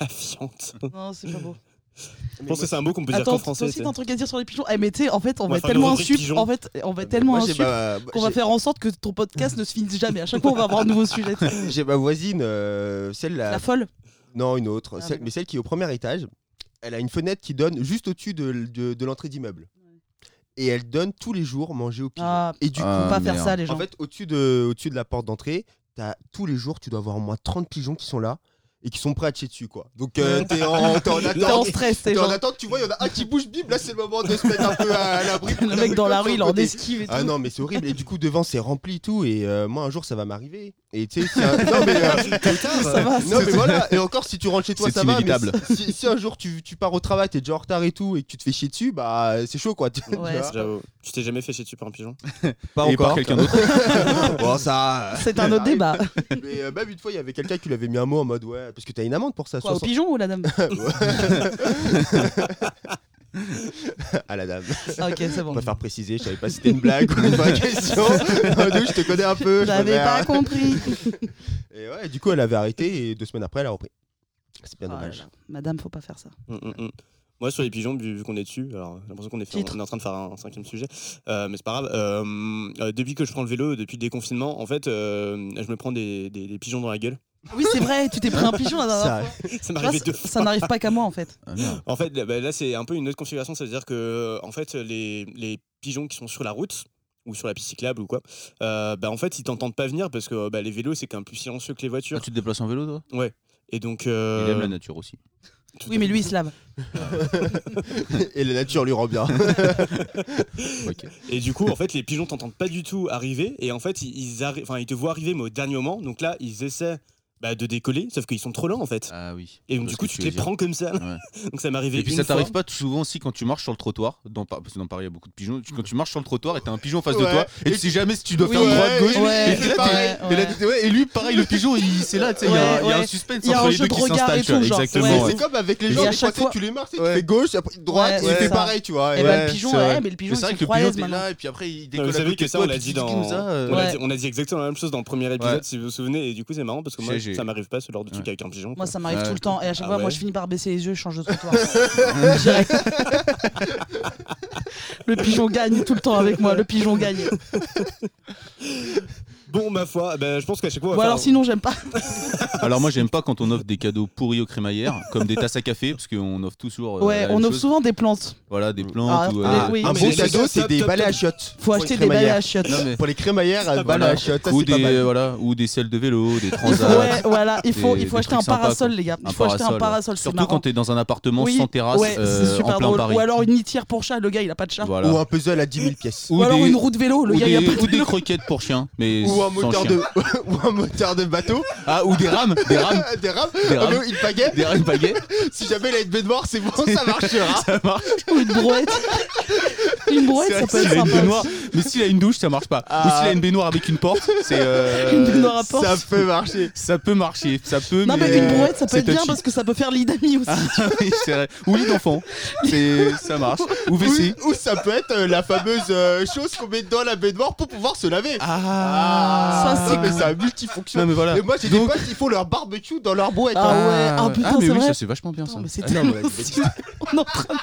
Speaker 1: La fiante.
Speaker 2: non c'est pas beau
Speaker 1: Je pense que c'est un mot qu'on peut dire
Speaker 2: attends
Speaker 1: qu'en
Speaker 2: t'as
Speaker 1: français.
Speaker 2: aussi
Speaker 1: c'est-
Speaker 2: un truc à dire sur les pigeons eh mais tu sais en fait on
Speaker 1: va
Speaker 2: va
Speaker 1: faire une
Speaker 2: tellement un
Speaker 1: rubrique
Speaker 2: sup
Speaker 1: pigeon.
Speaker 2: en fait on va tellement
Speaker 4: Moi,
Speaker 2: un
Speaker 4: j'ai
Speaker 2: sup
Speaker 4: ma-
Speaker 2: qu'on
Speaker 4: j'ai-
Speaker 2: va faire en sorte que ton podcast ne se finisse jamais. À chaque fois, on va avoir un nouveau sujet.
Speaker 4: J'ai ma voisine, euh, celle là.
Speaker 2: La folle.
Speaker 4: Non, une autre.
Speaker 2: Ah,
Speaker 4: Celle-
Speaker 2: d'accord.
Speaker 4: mais celle qui est au premier étage, elle a une fenêtre qui donne juste au-dessus de, l- de- de l'entrée d'immeuble. Et elle donne tous les jours manger aux pigeons.
Speaker 2: Ah,
Speaker 4: Et du
Speaker 2: faut
Speaker 4: coup,
Speaker 3: Ah,
Speaker 2: pas
Speaker 3: merde.
Speaker 2: faire ça, les gens.
Speaker 4: en fait, au-dessus de, au de la porte d'entrée, t'as- tous les jours, tu dois avoir au moins 30 pigeons qui sont là et qui sont prêts à te chier dessus, quoi. Donc, euh, t'es en, t'es en
Speaker 2: T'es en
Speaker 4: attente.
Speaker 2: stress,
Speaker 4: T'es
Speaker 2: t'es
Speaker 4: en
Speaker 2: genre.
Speaker 4: attente, tu vois, il y en a un qui bouge, bim, là, c'est le moment de se mettre un peu à l'abri.
Speaker 2: Le mec dans la rue, il en
Speaker 4: Côté.
Speaker 2: esquive et tout.
Speaker 4: Ah non, mais c'est horrible. Et du coup, devant, c'est rempli et tout. Et euh, moi, un jour, ça va m'arriver. Et tu sais, c'est un- non, mais, euh,
Speaker 2: Ça va,
Speaker 4: non,
Speaker 2: c'est-
Speaker 4: mais voilà. Et encore, si tu rentres chez toi,
Speaker 3: C'est
Speaker 4: ça va. mais
Speaker 3: inévitable.
Speaker 4: si, si- si un jour, tu, tu pars au travail, t'es déjà en retard et tout, et que tu te fais chier dessus, bah, euh, c'est chaud, quoi. Tu vois.
Speaker 2: Ouais,
Speaker 1: J'avoue. Tu t'es jamais fait chier dessus par un pigeon
Speaker 4: pas
Speaker 3: Et par quelqu'un d'autre.
Speaker 4: bon, ça. euh,
Speaker 2: C'est un autre
Speaker 4: arrive.
Speaker 2: débat.
Speaker 4: Mais euh, même une fois, il y avait quelqu'un qui lui avait mis un mot en mode, ouais, parce que t'as une amende pour ça.
Speaker 2: Quoi, au
Speaker 4: 60
Speaker 2: pigeon ou la dame
Speaker 4: à la dame.
Speaker 2: Ah, Ok, c'est
Speaker 4: Je
Speaker 2: bon.
Speaker 4: préfère préciser, je savais pas si c'était une blague ou une vraie question. Nous, je te connais un peu. je
Speaker 2: J'avais
Speaker 4: préfère.
Speaker 2: pas compris.
Speaker 4: Et ouais, du coup, elle avait arrêté et deux semaines après, elle a repris. C'est bien
Speaker 2: Oh là
Speaker 4: dommage.
Speaker 2: là, Madame, faut pas faire ça.
Speaker 1: Hum, hum, hum. Moi, sur les pigeons, vu, vu qu'on est dessus, alors j'ai l'impression qu'on est, fait-
Speaker 2: Titre.
Speaker 1: on est en train de faire un, cinquième sujet, euh, mais c'est pas grave. Euh, euh, depuis que je prends le vélo, depuis le déconfinement, en fait, euh, je me prends des, des- des pigeons dans la gueule.
Speaker 2: Oui, c'est vrai, tu t'es pris un pigeon la dernière
Speaker 4: Ça-
Speaker 1: Ça
Speaker 2: fois. Tu
Speaker 1: m'est
Speaker 2: vois,
Speaker 1: arrivé deux
Speaker 2: ça- Ça n'arrive pas qu'à moi, en fait.
Speaker 3: Ah, merde.
Speaker 1: En fait, là, bah, là, c'est un peu une autre configuration, c'est-à-dire que euh, en fait, les, les pigeons qui sont sur la route ou sur la piste cyclable ou quoi, euh, bah, en fait, ils t'entendent pas venir parce que euh, bah, les vélos, c'est quand même plus silencieux que les
Speaker 3: Ah,
Speaker 1: voitures.
Speaker 3: tu te déplaces en vélo toi
Speaker 1: Et donc,
Speaker 3: Il
Speaker 1: euh,
Speaker 3: aime la nature aussi.
Speaker 1: tout-
Speaker 2: Oui, mais lui, il se lave.
Speaker 4: Et la nature lui rend bien.
Speaker 3: Ok.
Speaker 1: Et du coup, en fait, les pigeons t'entendent pas du tout arriver. Et en fait, ils, ils arri- enfin, ils te voient arriver, mais au dernier moment. Donc là, ils essaient bah, de décoller, sauf qu'ils sont trop lents, en fait.
Speaker 3: Ah oui.
Speaker 1: Et donc,
Speaker 3: Parce
Speaker 1: du coup,
Speaker 3: que
Speaker 1: tu te
Speaker 3: tu
Speaker 1: les
Speaker 3: veux dire.
Speaker 1: prends comme ça.
Speaker 3: Ouais.
Speaker 1: Donc, ça m'est arrivé
Speaker 3: Et puis
Speaker 1: une
Speaker 3: ça
Speaker 1: fois.
Speaker 3: t'arrive pas souvent aussi quand tu marches sur le trottoir, dans, Pa- parce que dans Paris il y a beaucoup de pigeons, tu- quand tu marches sur le trottoir et t'as un pigeon en face de
Speaker 4: Ouais.
Speaker 3: toi, et tu
Speaker 4: Et-
Speaker 3: sais jamais si tu dois
Speaker 2: Oui,
Speaker 3: faire
Speaker 2: ouais,
Speaker 3: droite, gauche,
Speaker 2: ouais,
Speaker 3: et, t'es là,
Speaker 2: pareil,
Speaker 3: t'es- et là,
Speaker 2: ouais.
Speaker 3: t'es- ouais, et lui pareil, le pigeon il c'est là, tu sais, il y a-
Speaker 2: Ouais,
Speaker 3: il y a
Speaker 2: ouais.
Speaker 3: un suspense
Speaker 2: Il y a
Speaker 3: entre
Speaker 2: un
Speaker 3: les
Speaker 2: jeu
Speaker 3: deux
Speaker 2: de
Speaker 3: qui
Speaker 2: regard
Speaker 3: s'installe,
Speaker 2: et
Speaker 3: tu vois,
Speaker 2: tout, genre,
Speaker 3: exactement.
Speaker 2: ouais.
Speaker 4: C'est comme avec les
Speaker 2: Et
Speaker 4: gens,
Speaker 2: à
Speaker 4: des
Speaker 2: chaque
Speaker 4: fois, tu sais,
Speaker 2: fois-
Speaker 4: tu les marques, tu
Speaker 3: Ouais.
Speaker 4: fais gauche, après droite,
Speaker 2: Ouais,
Speaker 4: il
Speaker 2: ouais,
Speaker 4: fait
Speaker 2: ça.
Speaker 4: pareil, tu vois.
Speaker 2: Et
Speaker 4: et
Speaker 2: bah,
Speaker 4: ouais,
Speaker 2: le pigeon,
Speaker 4: c'est vrai.
Speaker 2: ouais, mais le
Speaker 3: Mais
Speaker 2: pigeon,
Speaker 3: c'est vrai
Speaker 2: il
Speaker 3: que
Speaker 2: se
Speaker 3: le pigeon
Speaker 2: croise
Speaker 3: t'es
Speaker 2: maintenant.
Speaker 3: là, et puis après il
Speaker 1: Non,
Speaker 3: décolle
Speaker 1: vous savez que ça, on l'a dit dans. On,
Speaker 2: Ouais.
Speaker 1: a dit, on a dit exactement la même chose dans le premier épisode,
Speaker 3: hein, euh, Ouais.
Speaker 1: si vous vous souvenez. Et du coup, c'est marrant parce que moi,
Speaker 3: J'ai- j'ai-
Speaker 1: ça m'arrive pas ce genre de truc
Speaker 3: Ouais.
Speaker 1: avec un pigeon.
Speaker 2: Moi,
Speaker 1: quoi.
Speaker 2: ça m'arrive
Speaker 3: Ouais.
Speaker 2: tout le temps. Et à chaque
Speaker 1: Ah
Speaker 2: fois, moi,
Speaker 1: ouais.
Speaker 2: je finis par baisser les yeux, je change de trottoir. Direct. Le pigeon gagne tout le temps avec moi. Le pigeon gagne.
Speaker 1: Bon, ma foi, bah, je pense qu'à chaque fois. on va
Speaker 2: Bon,
Speaker 1: faire
Speaker 2: alors
Speaker 1: un-
Speaker 2: sinon, j'aime pas.
Speaker 3: Alors moi j'aime pas quand on offre des cadeaux pourris aux crémaillères, comme des tasses à café, parce qu'on offre toujours. euh,
Speaker 2: Ouais,
Speaker 3: la
Speaker 2: on
Speaker 3: même
Speaker 2: offre
Speaker 3: chose.
Speaker 2: souvent des plantes.
Speaker 3: Voilà, des
Speaker 2: Ah,
Speaker 3: plantes ou.
Speaker 4: Ah,
Speaker 3: euh,
Speaker 2: oui.
Speaker 4: Un
Speaker 1: Mais
Speaker 4: bon
Speaker 1: les-
Speaker 4: cadeau,
Speaker 1: stop,
Speaker 4: c'est des
Speaker 1: stop,
Speaker 4: balais à
Speaker 1: stop.
Speaker 4: chiottes.
Speaker 2: Faut
Speaker 4: Pour
Speaker 2: acheter
Speaker 4: les
Speaker 2: des balais à
Speaker 4: crémaillères.
Speaker 2: chiottes.
Speaker 3: Non, mais-
Speaker 4: Pour les crémaillères, euh,
Speaker 1: Ou
Speaker 4: balais à
Speaker 3: des-
Speaker 4: chiottes, ça,
Speaker 3: Ou
Speaker 4: c'est pas
Speaker 3: des,
Speaker 2: euh,
Speaker 4: mal.
Speaker 3: voilà, ou des selles de vélo, des
Speaker 2: Il faut,
Speaker 3: transats.
Speaker 2: ouais, voilà, il faut,
Speaker 3: Des-
Speaker 2: il faut
Speaker 3: des
Speaker 2: acheter un
Speaker 3: trucs sympas,
Speaker 2: parasol,
Speaker 3: quoi.
Speaker 2: les gars. Il
Speaker 3: Un
Speaker 2: faut acheter un
Speaker 3: parasol.
Speaker 2: parasol, c'est
Speaker 3: Surtout
Speaker 2: marrant.
Speaker 3: quand t'es dans un appartement
Speaker 2: Oui,
Speaker 3: sans terrasse
Speaker 2: ouais,
Speaker 3: euh,
Speaker 2: c'est
Speaker 3: en
Speaker 2: super
Speaker 3: plein
Speaker 2: drôle.
Speaker 3: Paris.
Speaker 2: Ou alors une litière pour chat, le gars, il a pas de chat.
Speaker 3: Voilà.
Speaker 4: Ou un puzzle à 10 000 pièces.
Speaker 3: Ou
Speaker 2: Ou alors
Speaker 3: des-
Speaker 2: une roue de vélo, le
Speaker 3: ou
Speaker 2: gars, il a
Speaker 3: des,
Speaker 2: pas de
Speaker 3: ou des
Speaker 2: vélo.
Speaker 3: croquettes pour chien. Mais
Speaker 4: Ou ou un moteur
Speaker 3: chien.
Speaker 4: de ou un moteur de bateau,
Speaker 3: Ah, ou des rames, des rames,
Speaker 4: des rames,
Speaker 3: des rames.
Speaker 4: euh, une pagaie.
Speaker 3: des rames pagaies.
Speaker 4: Si jamais il a une baie de mort, c'est bon, ça marchera.
Speaker 3: Ça marche.
Speaker 2: Ou une brouette. Une brouette, ça peut
Speaker 3: S'il
Speaker 2: être
Speaker 3: a une
Speaker 2: sympa.
Speaker 3: baignoire, mais s'il a une douche, ça marche pas. Ou s'il a une baignoire avec une porte, c'est. euh,
Speaker 2: Une baignoire à porte.
Speaker 4: Ah. Ça peut marcher.
Speaker 3: Ça peut marcher, ça peut.
Speaker 2: Non, mais
Speaker 3: mais
Speaker 2: une
Speaker 3: euh,
Speaker 2: brouette, ça peut
Speaker 3: c'est
Speaker 2: être bien
Speaker 3: touchy.
Speaker 2: parce que ça peut faire lit d'amis aussi.
Speaker 3: Ah, oui, c'est vrai. Ou lit d'enfant, c'est ça marche. Ou WC.
Speaker 4: Ou, ou ça peut être euh, la fameuse euh, chose qu'on met dans la baie de mort pour pouvoir se laver.
Speaker 3: Ah,
Speaker 2: Ça, c'est
Speaker 4: mais
Speaker 2: cool.
Speaker 4: c'est un multifonction.
Speaker 3: Non mais voilà.
Speaker 4: Et moi j'ai des
Speaker 3: Donc-
Speaker 4: potes qui font leur barbecue dans leur brouette.
Speaker 2: Ah
Speaker 4: hein.
Speaker 2: ouais, ah putain,
Speaker 3: mais
Speaker 2: c'est
Speaker 3: oui,
Speaker 2: vrai.
Speaker 3: ça c'est vachement bien ça.
Speaker 2: Attends, mais c'est
Speaker 3: Ah, non, mais-
Speaker 2: tellement on est en train de-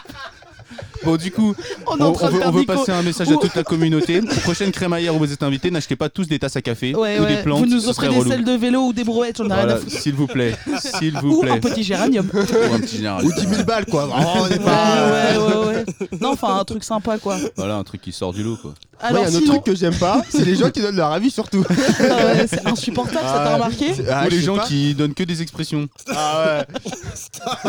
Speaker 3: Bon du coup,
Speaker 2: on
Speaker 3: on,
Speaker 2: est en train
Speaker 3: on
Speaker 2: de
Speaker 3: veut,
Speaker 2: faire
Speaker 3: on veut
Speaker 2: des co-
Speaker 3: passer un message à toute la communauté. Prochaine crémaillère où vous êtes invités, n'achetez pas tous des tasses à café
Speaker 2: Ouais,
Speaker 3: ou
Speaker 2: ouais.
Speaker 3: des plantes.
Speaker 2: Vous nous
Speaker 3: ce
Speaker 2: offrez
Speaker 3: serait
Speaker 2: des
Speaker 3: relou.
Speaker 2: selles de vélo ou des brouettes, j'en ai rien à
Speaker 3: Voilà,
Speaker 2: foutre.
Speaker 3: s'il vous plaît, s'il vous
Speaker 2: Ou un
Speaker 3: plaît.
Speaker 2: petit géranium. Ouais,
Speaker 3: Ou un petit général.
Speaker 4: Ou 10 000 balles quoi. Vraiment, on est pas-
Speaker 2: ouais, ouais, ouais. Non, enfin, un truc sympa, quoi.
Speaker 3: Voilà un truc qui sort du lot quoi.
Speaker 4: Moi,
Speaker 2: Alors,
Speaker 4: il y a un autre
Speaker 2: sinon,
Speaker 4: truc que j'aime pas, c'est les gens qui donnent leur avis surtout.
Speaker 2: Ah ouais, c'est insupportable, ça t'a
Speaker 4: Ah,
Speaker 2: remarqué
Speaker 4: Ah,
Speaker 3: Ou
Speaker 4: je
Speaker 3: les
Speaker 4: sais
Speaker 3: gens
Speaker 4: pas.
Speaker 3: qui donnent que des expressions.
Speaker 4: Ah ouais.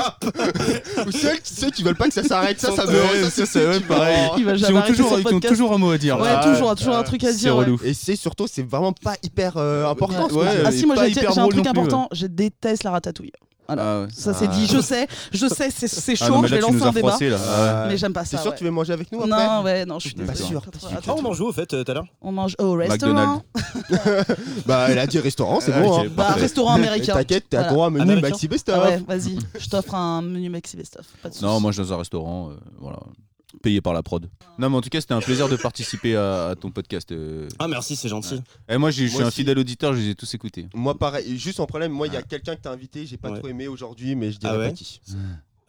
Speaker 4: Ou ceux, ceux qui veulent pas que ça s'arrête, ça, ça me.
Speaker 3: Ouais,
Speaker 4: Ah,
Speaker 3: ça,
Speaker 4: ça,
Speaker 3: ça, ouais,
Speaker 4: qui Ah me
Speaker 3: pareil.
Speaker 4: rend-
Speaker 2: Il va
Speaker 3: Qui
Speaker 2: jamais
Speaker 3: ont
Speaker 2: arrêter
Speaker 3: toujours,
Speaker 2: son
Speaker 3: ils ont
Speaker 2: podcast.
Speaker 3: toujours un mot à dire.
Speaker 2: Ouais,
Speaker 3: là.
Speaker 2: toujours, toujours un truc à
Speaker 3: ah, c'est
Speaker 2: dire. ouais.
Speaker 3: relou.
Speaker 4: Et c'est surtout, c'est vraiment pas hyper euh, important. ce qu'on
Speaker 3: Ouais,
Speaker 4: dit.
Speaker 2: Ah
Speaker 3: euh,
Speaker 2: si, moi
Speaker 3: pas
Speaker 2: j'ai j'ai
Speaker 3: hyper
Speaker 2: un
Speaker 3: drôle
Speaker 2: truc
Speaker 3: non plus,
Speaker 2: important, je déteste la ratatouille.
Speaker 3: Ah, ouais.
Speaker 2: Ça c'est
Speaker 4: Ah.
Speaker 2: dit, je sais, je sais, c'est- c'est
Speaker 3: Ah,
Speaker 2: chaud,
Speaker 3: non, mais
Speaker 2: je
Speaker 3: là,
Speaker 2: vais
Speaker 3: tu
Speaker 2: lancer
Speaker 3: nous as
Speaker 2: un débat,
Speaker 3: froissé, là. Ah, ouais.
Speaker 2: mais j'aime pas
Speaker 4: T'es
Speaker 2: ça.
Speaker 4: sûr
Speaker 2: ouais.
Speaker 4: que tu veux manger avec nous après
Speaker 2: Non, ouais, non, je suis
Speaker 3: Pas
Speaker 2: désolée.
Speaker 4: sûr.
Speaker 1: Ah, on mange où au fait euh, tout à l'heure
Speaker 2: On mange au
Speaker 3: McDonald's.
Speaker 2: restaurant,
Speaker 4: Bah, elle a dit restaurant, c'est
Speaker 3: Ah,
Speaker 4: bon.
Speaker 3: ok,
Speaker 4: hein.
Speaker 2: bah
Speaker 3: parfait.
Speaker 2: restaurant
Speaker 4: Et
Speaker 2: américain.
Speaker 4: T'inquiète, t'as
Speaker 2: Voilà.
Speaker 4: droit à un menu
Speaker 1: Américain.
Speaker 4: Maxi Best
Speaker 2: Ah
Speaker 4: of.
Speaker 2: ouais, vas-y, je t'offre un menu Maxi Best-of. pas de soucis.
Speaker 3: Non, moi je suis dans un restaurant, euh, voilà, payé par la prod. Non, mais en tout cas, c'était un plaisir de participer à, à ton podcast. euh.
Speaker 1: Ah merci, c'est gentil.
Speaker 3: Et Eh, moi, j'ai- je suis
Speaker 4: Moi
Speaker 3: un
Speaker 4: aussi.
Speaker 3: fidèle auditeur, je les ai tous écoutés.
Speaker 4: Moi, pareil, juste en problème, moi, il y
Speaker 2: Ah.
Speaker 4: a quelqu'un que t'as invité, j'ai pas
Speaker 1: Ouais.
Speaker 4: trop aimé aujourd'hui, mais je dirais
Speaker 1: Ah ouais
Speaker 4: Patty.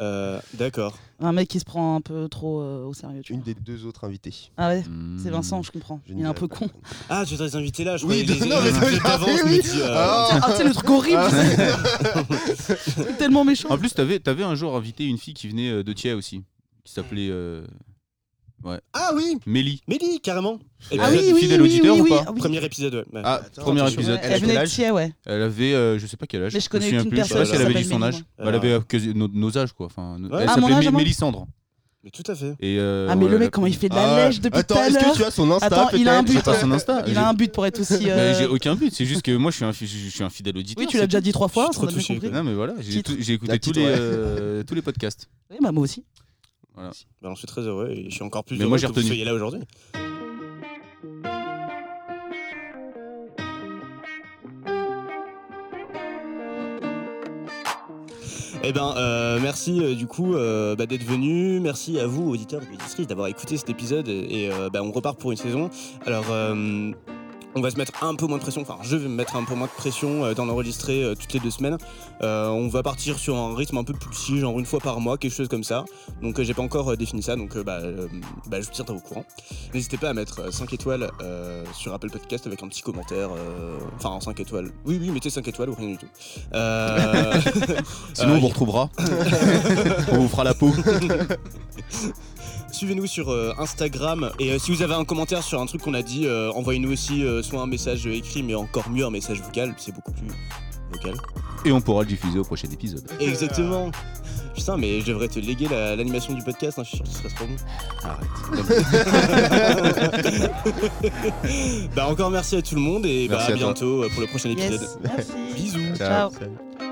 Speaker 1: Euh, D'accord.
Speaker 2: Un mec qui se prend un peu trop euh, au sérieux, tu
Speaker 4: Une
Speaker 2: vois.
Speaker 4: des deux autres invitées.
Speaker 2: Ah ouais,
Speaker 3: Mmh.
Speaker 2: c'est Vincent, je comprends.
Speaker 4: Je ne
Speaker 2: Il est un
Speaker 4: dirais
Speaker 2: peu
Speaker 4: pas.
Speaker 2: con.
Speaker 1: Ah, tu dois les inviter là, je
Speaker 4: Oui,
Speaker 1: croyais les-
Speaker 4: non, mais
Speaker 1: les
Speaker 4: ça,
Speaker 1: inviter
Speaker 4: j'ai
Speaker 1: d'avance, je
Speaker 4: oui.
Speaker 1: me dis, euh,
Speaker 4: Ah.
Speaker 2: Ah, tu sais, le truc horrible,
Speaker 4: Ah.
Speaker 2: tu sais. tellement méchant.
Speaker 3: En plus, t'avais avais un jour invité une fille qui venait euh, de Thiers aussi, qui s'appelait euh,
Speaker 1: Ah oui,
Speaker 3: Mélie.
Speaker 1: Mélie, carrément. Eh ben,
Speaker 3: Ah oui, fidèle auditeur ou pas
Speaker 2: ah oui.
Speaker 1: Premier épisode, ouais. ouais.
Speaker 3: Ah,
Speaker 4: Attends,
Speaker 3: premier
Speaker 4: attends,
Speaker 3: épisode.
Speaker 2: Ouais,
Speaker 4: Elle
Speaker 2: Elle,
Speaker 4: a quel
Speaker 2: venait de
Speaker 4: âge
Speaker 2: Thiers, ouais.
Speaker 3: Elle avait, euh, je sais pas quel âge.
Speaker 2: Mais je connais
Speaker 3: me souviens
Speaker 2: qu'une
Speaker 3: plus, je sais
Speaker 1: personne
Speaker 3: pas si elle
Speaker 1: qui
Speaker 3: avait dit
Speaker 2: s'appelle
Speaker 3: son
Speaker 2: Mélie,
Speaker 3: âge.
Speaker 1: moi.
Speaker 3: Elle avait euh, que nos, nos âges quoi. Enfin, nos-
Speaker 1: Ouais.
Speaker 3: Elle
Speaker 2: Ah, mon
Speaker 3: s'appelait
Speaker 2: âge à
Speaker 3: Mé-
Speaker 2: moi
Speaker 3: Mélissandre.
Speaker 1: Mais tout à fait.
Speaker 3: Et, euh,
Speaker 2: Ah, mais
Speaker 3: ouais,
Speaker 2: le
Speaker 3: la-
Speaker 2: mec, comment il fait de
Speaker 4: Ah
Speaker 2: la
Speaker 4: ouais.
Speaker 2: lèche depuis tout
Speaker 4: Attends,
Speaker 2: à
Speaker 4: est-ce que
Speaker 2: l'heure
Speaker 4: tu as son Insta
Speaker 2: Attends, il a un
Speaker 4: peut-être
Speaker 3: J'ai
Speaker 2: but.
Speaker 3: pas son Insta.
Speaker 2: Il
Speaker 3: j'ai-
Speaker 2: a un but pour être aussi.
Speaker 3: Mais
Speaker 2: euh,
Speaker 3: j'ai aucun but, c'est juste que moi je suis un, fi- je suis un fidèle auditeur.
Speaker 2: Oui, tu l'as
Speaker 3: c'est
Speaker 2: déjà dit trois fois,
Speaker 1: je suis
Speaker 2: on a
Speaker 1: trop
Speaker 2: bien
Speaker 1: touché,
Speaker 2: compris.
Speaker 3: Non mais voilà, j'ai
Speaker 2: Titre.
Speaker 3: tout- j'ai écouté
Speaker 4: La
Speaker 3: tous
Speaker 4: titre,
Speaker 3: les,
Speaker 4: ouais.
Speaker 3: euh, tous les podcasts.
Speaker 2: Oui, bah moi aussi.
Speaker 1: Bah, je suis très heureux et je suis encore plus
Speaker 3: Mais
Speaker 1: heureux
Speaker 3: moi, j'ai
Speaker 1: que vous
Speaker 3: retenu.
Speaker 1: soyez là aujourd'hui. Eh ben, euh, merci euh, du coup euh, bah, d'être venu. Merci à vous, auditeurs et auditrices, d'avoir écouté cet épisode. Et et, euh, bah, on repart pour une saison. Alors, euh, on va se mettre un peu moins de pression. Enfin, je vais me mettre un peu moins de pression euh, d'en enregistrer euh, toutes les deux semaines. Euh, on va partir sur un rythme un peu plus petit, genre une fois par mois, quelque chose comme ça. Donc euh, j'ai pas encore euh, défini ça, donc euh, bah, euh, bah, je vous tiendrai au courant. N'hésitez pas à mettre 5 étoiles euh, sur Apple Podcast avec un petit commentaire. euh, Enfin, en 5 étoiles. Oui, oui, mettez 5 étoiles ou rien du tout. Euh,
Speaker 3: Sinon
Speaker 1: Euh,
Speaker 3: on vous retrouvera. on vous fera la peau.
Speaker 1: Suivez-nous sur euh, Instagram et euh, si vous avez un commentaire sur un truc qu'on a dit, euh, envoyez-nous aussi euh, soit un message écrit, mais encore mieux un message vocal, c'est beaucoup plus vocal.
Speaker 3: Et on pourra le diffuser au prochain épisode.
Speaker 1: Euh, Exactement. Putain, mais je devrais te léguer la- l'animation du podcast, hein, je suis sûr que ce serait trop bon.
Speaker 3: Arrête.
Speaker 1: Bah encore merci à tout le monde et bah,
Speaker 3: Merci
Speaker 1: à
Speaker 3: à toi.
Speaker 1: bah, bientôt euh, pour le prochain épisode.
Speaker 2: Yes, merci.
Speaker 1: Bisous.
Speaker 2: Ciao.
Speaker 4: Ciao.